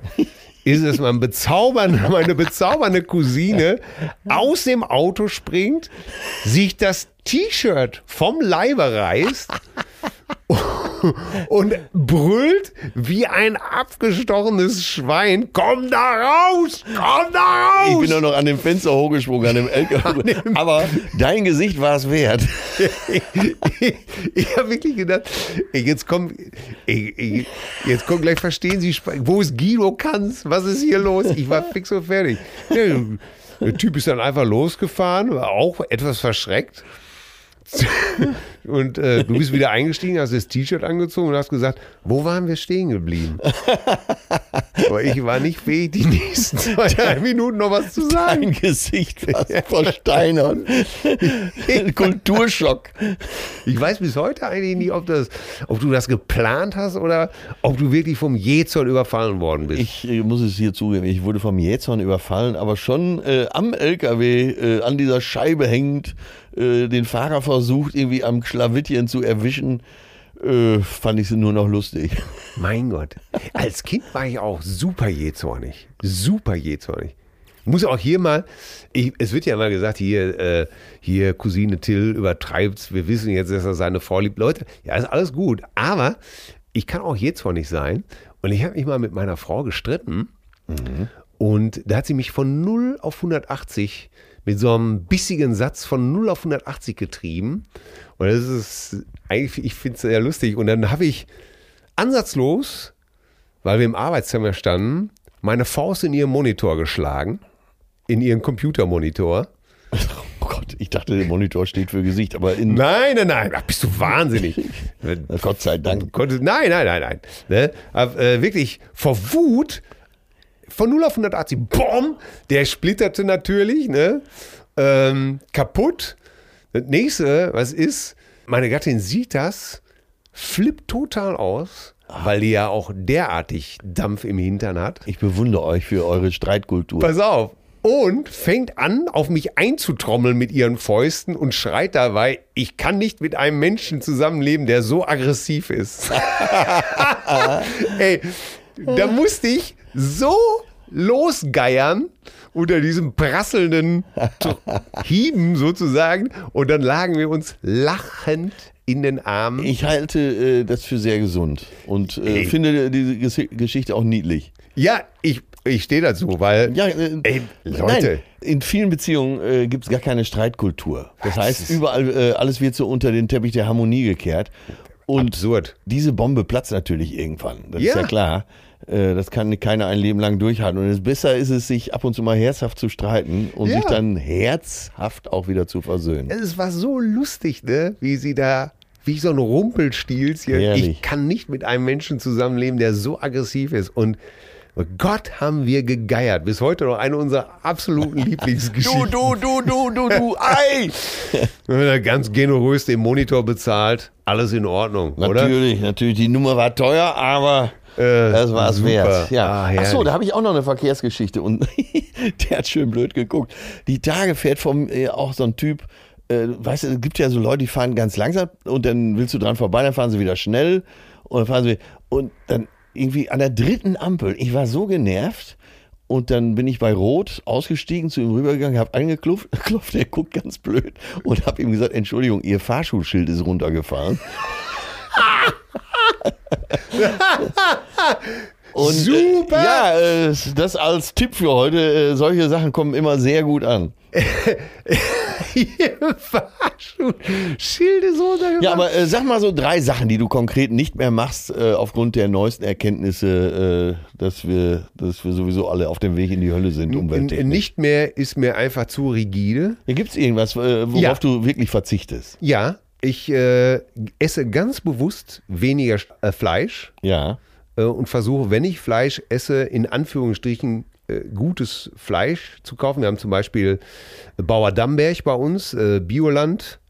B: ist, dass mein bezaubernde, meine bezaubernde Cousine aus dem Auto springt, sich das T-Shirt vom Leibe reißt und brüllt wie ein abgestochenes Schwein: Komm da raus! Komm da
C: Ich
B: raus!
C: bin doch noch an dem Fenster hochgesprungen, an dem LKW. Aber dein Gesicht war es wert.
B: ich ich habe wirklich gedacht, ey, jetzt kommt, ey, ey, jetzt kommt gleich, verstehen Sie, Sp- wo ist Guido Kanz? Was ist hier los? Ich war fix und fertig. Der, der Typ ist dann einfach losgefahren, war auch etwas verschreckt. Und äh, du bist wieder eingestiegen, hast das T-Shirt angezogen und hast gesagt, wo waren wir stehen geblieben? Aber ich war nicht fähig, die nächsten zwei, drei Minuten noch was zu sagen.
C: Dein Gesicht fast versteinert. Kulturschock.
B: Ich weiß bis heute eigentlich nicht, ob, das, ob du das geplant hast oder ob du wirklich vom Jezoll überfallen worden bist.
C: Ich äh, muss es hier zugeben, ich wurde vom Jäzorn überfallen, aber schon äh, am LKW, äh, an dieser Scheibe hängend, äh, den Fahrer versucht, irgendwie am Schlawittchen zu erwischen, äh, fand ich es nur noch lustig.
B: mein Gott. Als Kind war ich auch super jähzornig. Super jähzornig. Muss auch hier mal, ich, es wird ja immer gesagt, hier, äh, hier Cousine Till übertreibt's, wir wissen jetzt, dass er seine Frau liebt. Leute, ja, ist alles gut. Aber ich kann auch jähzornig sein. Und ich habe mich mal mit meiner Frau gestritten. Und da hat sie mich von 0 auf 180 mit so einem bissigen Satz von 0 auf 180 getrieben. Und das ist eigentlich, ich finde es sehr lustig. Und dann habe ich ansatzlos, weil wir im Arbeitszimmer standen, meine Faust in ihren Monitor geschlagen. In ihren Computermonitor.
C: Oh Gott, ich dachte, der Monitor steht für Gesicht, aber in,
B: Nein, nein, nein, ach, bist du wahnsinnig.
C: Gott sei Dank.
B: Konnte, nein, nein, nein, nein. Ne? Aber, äh, wirklich vor Wut von 0 auf 180, BOM! Der splitterte natürlich, ne? Ähm, kaputt. Das nächste, was ist, meine Gattin sieht das, flippt total aus, weil die ja auch derartig Dampf im Hintern hat.
C: Ich bewundere euch für eure Streitkultur.
B: Pass auf. Und fängt an, auf mich einzutrommeln mit ihren Fäusten und schreit dabei, ich kann nicht mit einem Menschen zusammenleben, der so aggressiv ist. Ey, da musste ich so losgeiern unter diesem prasselnden Tr- Hieben sozusagen. Und dann lagen wir uns lachend in den Armen.
C: Ich halte äh, das für sehr gesund und äh, finde diese Ges- Geschichte auch niedlich.
B: Ja, ich, ich stehe dazu, weil
C: Ja, äh,
B: Ey, Leute.
C: Nein, in vielen Beziehungen äh, gibt es gar keine Streitkultur. Das heißt, überall äh, alles wird so unter den Teppich der Harmonie gekehrt. Und
B: absurd.
C: diese Bombe platzt natürlich irgendwann. Das ist
B: Ja.
C: ja klar. Äh, Das kann keiner ein Leben lang durchhalten. Und es- besser ist es, sich ab und zu mal herzhaft zu streiten und
B: Ja.
C: sich dann herzhaft auch wieder zu versöhnen.
B: Also, Es war so lustig, ne? wie sie da, wie so ein Rumpelstilz hier. Ich
C: Herrlich.
B: kann nicht mit einem Menschen zusammenleben, der so aggressiv ist. Und oh Gott haben wir gegeiert. Bis heute noch eine unserer absoluten Lieblingsgeschichten.
C: du, du, du, du, du, ei!
B: Wenn er Ganz generös den Monitor bezahlt. Alles in Ordnung, oder? Äh,
C: Natürlich, natürlich. Die Nummer war teuer, aber das war es
B: super.
C: wert.
B: Ah,
C: Ja. Ach
B: herrlich.
C: so, da habe ich auch noch eine Verkehrsgeschichte und der hat schön blöd geguckt. Die Tage fährt vom äh, auch so ein Typ. Äh, weißt du, es gibt ja so Leute, die fahren ganz langsam und dann willst du dran vorbei, dann fahren sie wieder schnell und dann fahren sie und dann irgendwie an der dritten Ampel. Ich war so genervt. Und dann bin ich bei Rot ausgestiegen, zu ihm rübergegangen, habe angeklopft, klopft, der guckt ganz blöd und habe ihm gesagt, Entschuldigung, Ihr Fahrschulschild ist runtergefallen. Und,
B: Super!
C: Äh, ja, äh, das als Tipp für heute. Äh, solche Sachen kommen immer sehr gut an.
B: Hier Fahrstuhl. Schilde so runtergefallen.
C: Ja, aber äh, sag mal so drei Sachen, die du konkret nicht mehr machst, äh, aufgrund der neuesten Erkenntnisse, äh, dass, wir, dass wir sowieso alle auf dem Weg in die Hölle sind,
B: N-
C: umwelttechnisch.
B: nicht mehr ist mir einfach zu rigide.
C: Gibt es irgendwas, äh, worauf
B: Ja.
C: du wirklich verzichtest?
B: Ja, ich äh, esse ganz bewusst weniger Sch- äh, Fleisch
C: Ja.
B: äh, und versuche, wenn ich Fleisch esse, in Anführungsstrichen äh, gutes Fleisch zu kaufen. Wir haben zum Beispiel Bauer Dammberg bei uns, äh, Bioland,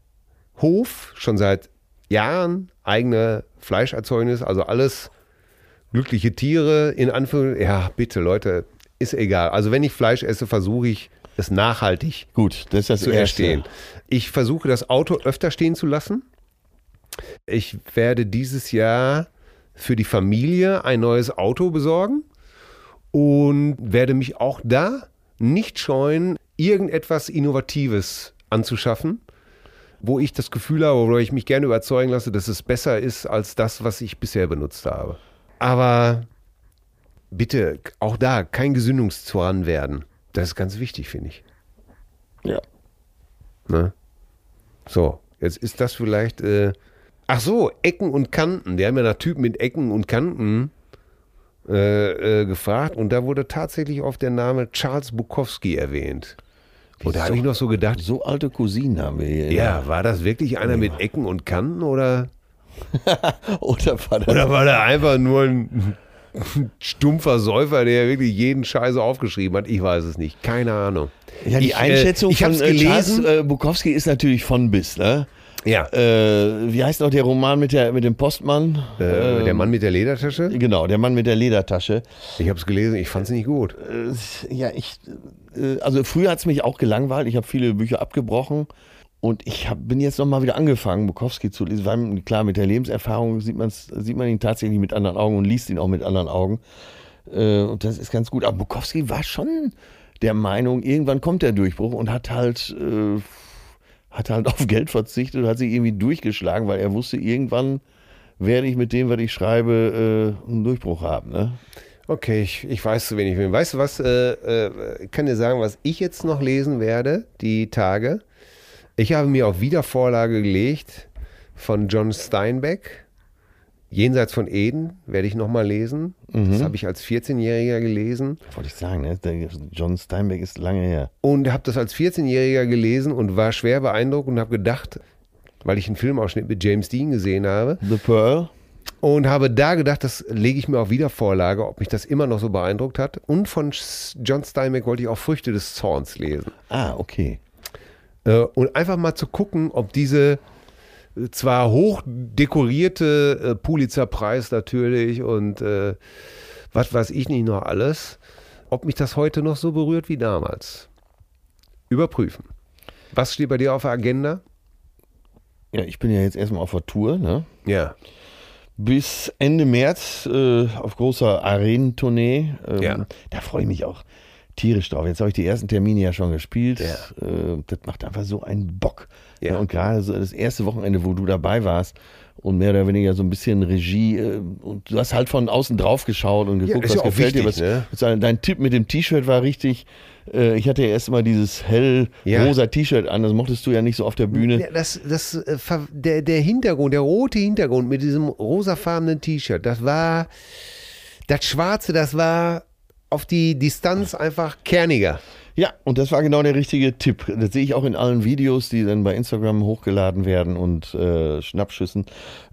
B: Hof, schon seit Jahren eigene Fleischerzeugnis, also alles glückliche Tiere in Anführungsstrichen. Ja, bitte Leute, ist egal. Also wenn ich Fleisch esse, versuche ich es nachhaltig
C: Gut, das ist das
B: zu
C: Erste.
B: erstehen. Ich versuche das Auto öfter stehen zu lassen. Ich werde dieses Jahr für die Familie ein neues Auto besorgen und werde mich auch da nicht scheuen, irgendetwas Innovatives anzuschaffen, wo ich das Gefühl habe, oder ich mich gerne überzeugen lasse, dass es besser ist als das, was ich bisher benutzt habe. Aber bitte, auch da kein Gesündungszorn werden. Das ist ganz wichtig, finde ich.
C: Ja.
B: Ne? So, jetzt ist das vielleicht. Äh, ach so, Ecken und Kanten. Wir haben ja nach Typen mit Ecken und Kanten äh, äh, gefragt und da wurde tatsächlich oft der Name Charles Bukowski erwähnt.
C: Oh,
B: Und da habe ich noch so gedacht,
C: So alte Cousinen haben wir hier.
B: ja, war das wirklich einer mit Ecken und Kanten oder,
C: Oder war das
B: oder war da einfach nur ein stumpfer Säufer, der wirklich jeden Scheiße aufgeschrieben hat. Ich weiß es nicht. Keine Ahnung.
C: Ja, die
B: ich, äh,
C: Einschätzung
B: ich
C: von
B: hab's
C: äh, Charles
B: gelesen.
C: äh, Bukowski ist natürlich von bis, ne?
B: Ja.
C: Äh, wie heißt noch der Roman mit, der, mit dem Postmann?
B: Äh,
C: ähm,
B: der Mann mit der Ledertasche?
C: Genau, der Mann mit der Ledertasche.
B: Ich habe es gelesen, ich fand es nicht gut.
C: Ja, ich, äh, also früher hat es mich auch gelangweilt. Ich habe viele Bücher abgebrochen und ich hab, bin jetzt nochmal wieder angefangen, Bukowski zu lesen. Weil, klar, mit der Lebenserfahrung sieht, man's, sieht man ihn tatsächlich mit anderen Augen und liest ihn auch mit anderen Augen. Äh, und das ist ganz gut. Aber Bukowski war schon der Meinung, irgendwann kommt der Durchbruch und hat halt, äh, hat halt auf Geld verzichtet und hat sich irgendwie durchgeschlagen, weil er wusste, irgendwann werde ich mit dem, was ich schreibe, äh, einen Durchbruch haben. Ne?
B: Okay, ich, ich weiß zu wenig. von ihm. Weißt du was, äh, äh, ich kann dir sagen, was ich jetzt noch lesen werde, die Tage. Ich habe mir auf Wiedervorlage gelegt von John Steinbeck. Jenseits von Eden werde ich nochmal lesen. Das habe ich als 14-Jähriger gelesen.
C: Wollte ich sagen, ne? Der John Steinbeck ist lange her.
B: und habe das als 14-Jähriger gelesen und war schwer beeindruckt und habe gedacht, weil ich einen Filmausschnitt mit James Dean gesehen habe
C: The Pearl.
B: und habe da gedacht, das lege ich mir auf Wiedervorlage, ob mich das immer noch so beeindruckt hat. Und von S- John Steinbeck wollte ich auch Früchte des Zorns lesen.
C: Ah, okay.
B: Äh, Und einfach mal zu gucken, ob diese äh, zwar hoch dekorierte äh, Pulitzerpreis natürlich und äh, was weiß ich nicht noch alles, ob mich das heute noch so berührt wie damals. Überprüfen. Was steht bei dir auf der Agenda?
C: Ja, ich bin ja jetzt erstmal auf der Tour, ne?
B: Ja.
C: Bis Ende März äh, auf großer Arenentournee. Ähm,
B: Ja.
C: Da freue ich mich auch tierisch drauf. Jetzt habe ich die ersten Termine ja schon gespielt.
B: Ja.
C: Äh, das macht einfach so einen Bock.
B: Ja.
C: Ja. und gerade so das erste Wochenende, wo du dabei warst und mehr oder weniger so ein bisschen Regie äh, und du hast halt von außen drauf geschaut und geguckt,
B: ist
C: was
B: ja auch
C: gefällt dir. Was,
B: wichtig, ne?
C: Dein dein Tipp mit dem T-Shirt war richtig. Äh, ich hatte ja erst mal dieses hell
B: Ja.
C: rosa T-Shirt an. Das mochtest du ja nicht so auf der Bühne.
B: Ja, Das, das, äh, ver- der, der Hintergrund, der rote Hintergrund mit diesem rosafarbenen T-Shirt, das war, das Schwarze, das war auf die Distanz einfach kerniger.
C: Ja, und das war genau der richtige Tipp. Das sehe ich auch in allen Videos, die dann bei Instagram hochgeladen werden und äh, Schnappschüssen.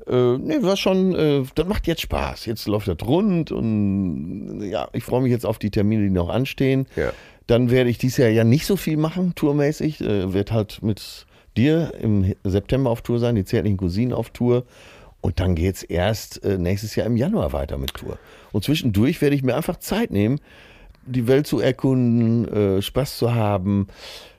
C: Äh, nee, war schon, äh, das macht jetzt Spaß. Jetzt läuft das rund und ja, ich freue mich jetzt auf die Termine, die noch anstehen.
B: Ja.
C: Dann werde ich dieses Jahr ja nicht so viel machen, tourmäßig. Äh, werd halt mit dir im September auf Tour sein, die zärtlichen Cousinen auf Tour. Und dann geht's erst äh, nächstes Jahr im Januar weiter mit Tour. Und zwischendurch werde ich mir einfach Zeit nehmen, die Welt zu erkunden, äh, Spaß zu haben.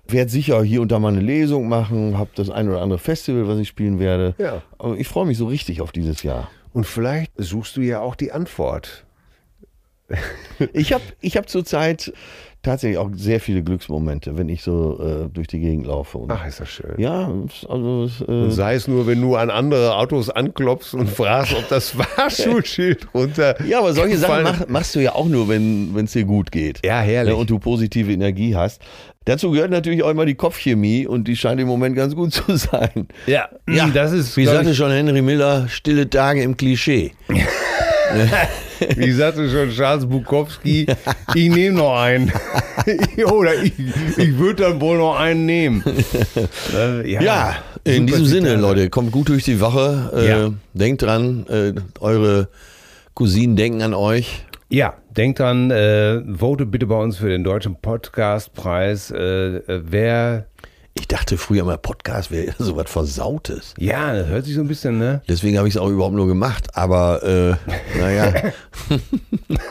C: Werd sicher hier und da mal eine Lesung machen, hab das ein oder andere Festival, was ich spielen werde.
B: Ja.
C: Aber ich freue mich so richtig auf dieses Jahr.
B: Und vielleicht suchst du ja auch die Antwort.
C: Ich habe ich hab zurzeit tatsächlich auch sehr viele Glücksmomente, wenn ich so äh, durch die Gegend laufe. Und
B: Ach, ist das schön.
C: Ja, also äh,
B: Sei es nur, wenn du an andere Autos anklopfst und fragst, ob das Fahrschulschild runter.
C: ja, aber solche Sachen
B: gefallen-
C: mach, machst du ja auch nur, wenn es dir gut geht.
B: Ja, herrlich.
C: Ne, Und du positive Energie hast. Dazu gehört natürlich auch immer die Kopfchemie und die scheint im Moment ganz gut zu sein.
B: Ja, das ist,
C: wie
B: glaub
C: sagte
B: ich-
C: schon Henry Miller, stille Tage im Klischee.
B: Wie sagte schon Charles Bukowski, ich nehme noch einen. Oder ich, ich würde dann wohl noch einen nehmen. Äh,
C: Ja, in
B: super
C: diesem Sinne,
B: Zitat.
C: Leute, kommt gut durch die Woche. Äh,
B: Ja.
C: Denkt dran, äh, eure Cousinen denken an euch.
B: Ja, denkt dran, äh, vote bitte bei uns für den Deutschen Podcastpreis. Äh, äh, wer.
C: Ich dachte früher mal, Podcast wäre sowas Versautes.
B: Ja, das hört sich so ein bisschen, ne?
C: Deswegen habe ich es auch überhaupt nur gemacht. Aber äh, naja,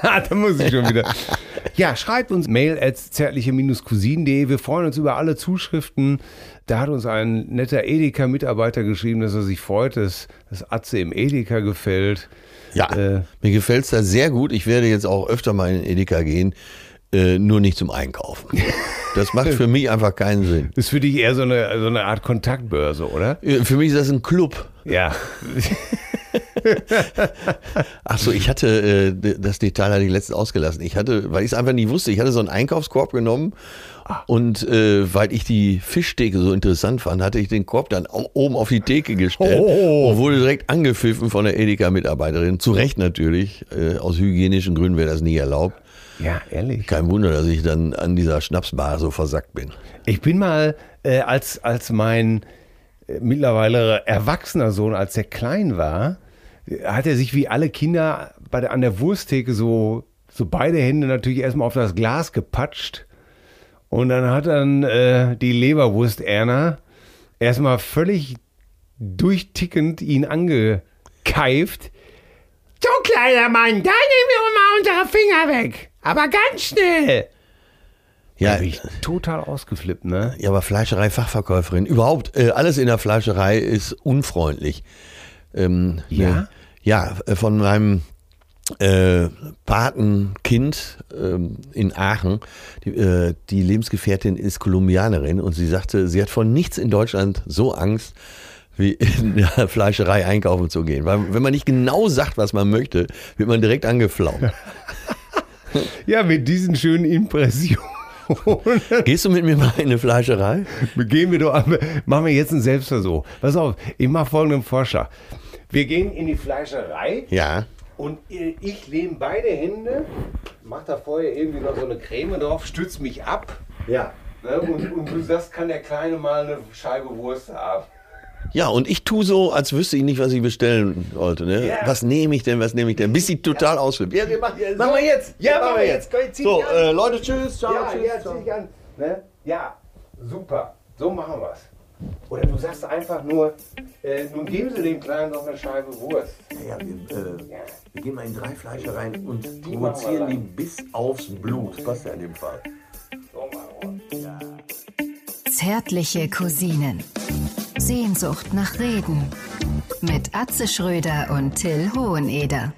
B: Ah, da muss ich schon wieder. Ja, schreibt uns mail at zärtliche-cousinen.de. Wir freuen uns über alle Zuschriften. Da hat uns ein netter Edeka-Mitarbeiter geschrieben, dass er sich freut, dass das Atze im Edeka gefällt.
C: ja,
B: Äh.
C: mir gefällt es da sehr gut. Ich werde jetzt auch öfter mal in Edeka gehen, äh, nur nicht zum Einkaufen. Das macht für mich einfach keinen Sinn.
B: Ist für dich eher so eine, so eine Art Kontaktbörse, oder?
C: Äh, Für mich ist das ein Club.
B: Ja.
C: Achso, ich hatte, äh, d- das Detail hatte ich letztens ausgelassen. Ich hatte, weil ich es einfach nicht wusste, ich hatte so einen Einkaufskorb genommen und äh, weil ich die Fischtheke so interessant fand, hatte ich den Korb dann au- oben auf die Theke gestellt
B: Oh.
C: und wurde direkt angepfiffen von der Edeka-Mitarbeiterin. Zu Recht natürlich, äh, aus hygienischen Gründen wäre das nie erlaubt.
B: Ja, ehrlich.
C: Kein Wunder, dass ich dann an dieser Schnapsbar so versackt bin.
B: Ich bin mal, äh, als, als mein äh, mittlerweile erwachsener Sohn, als der klein war, äh, hat er sich wie alle Kinder bei bei der, an der Wursttheke so, so beide Hände natürlich erstmal auf das Glas gepatscht. Und dann hat dann äh, die Leberwurst Erna erstmal völlig durchtickend ihn angekeift. So, kleiner Mann, da nehmen wir mal unsere Finger weg. Aber ganz schnell.
C: Ja,
B: Da bin ich total ausgeflippt, ne?
C: Ja, aber Fleischerei-Fachverkäuferin, überhaupt äh, alles in der Fleischerei ist unfreundlich. Ähm,
B: Ja?
C: ne? Ja, äh, von meinem äh, Patenkind ähm, in Aachen, die, äh, die Lebensgefährtin ist Kolumbianerin und sie sagte, sie hat von nichts in Deutschland so Angst, wie in der Fleischerei einkaufen zu gehen. Weil wenn man nicht genau sagt, was man möchte, wird man direkt angeflaumt.
B: Ja, mit diesen schönen Impressionen.
C: Gehst du mit mir mal in eine Fleischerei?
B: Gehen wir doch an. Machen wir jetzt einen Selbstversuch. Pass auf, ich mache folgenden Vorschlag. Wir gehen in die Fleischerei
C: Ja.
B: und äh, ich lehne beide Hände, mach da vorher irgendwie noch so eine Creme drauf, stütz mich ab.
C: Ja.
B: Ne? Und, und du sagst, kann der Kleine mal eine Scheibe Wurst haben.
C: Ja, und ich tu so, als wüsste ich nicht, was ich bestellen wollte. Ne?
B: Ja.
C: Was nehme ich denn, was nehme ich denn? Bis sie total ausflippt. Ja, wir machen, machen wir jetzt.
B: Ja,
C: Das
B: machen wir jetzt. Komm, zieh
C: So,
B: dich an.
C: äh, Leute, tschüss. Ciao,
B: Ja,
C: tschüss.
B: ja,
C: ciao.
B: zieh dich an. Ne? Ja, super. So machen wir's. Oder du sagst einfach nur, äh, nun geben sie dem Kleinen noch eine Scheibe Wurst.
C: Ja, wir, äh,
B: Ja.
C: wir gehen mal in drei Fleischereien und
B: machen wir
C: provozieren die
B: rein.
C: bis aufs Blut. Passt ja in dem Fall.
B: So machen wir's.
A: Zärtliche Cousinen. Sehnsucht nach Reden. Mit Atze Schröder und Till Hoheneder.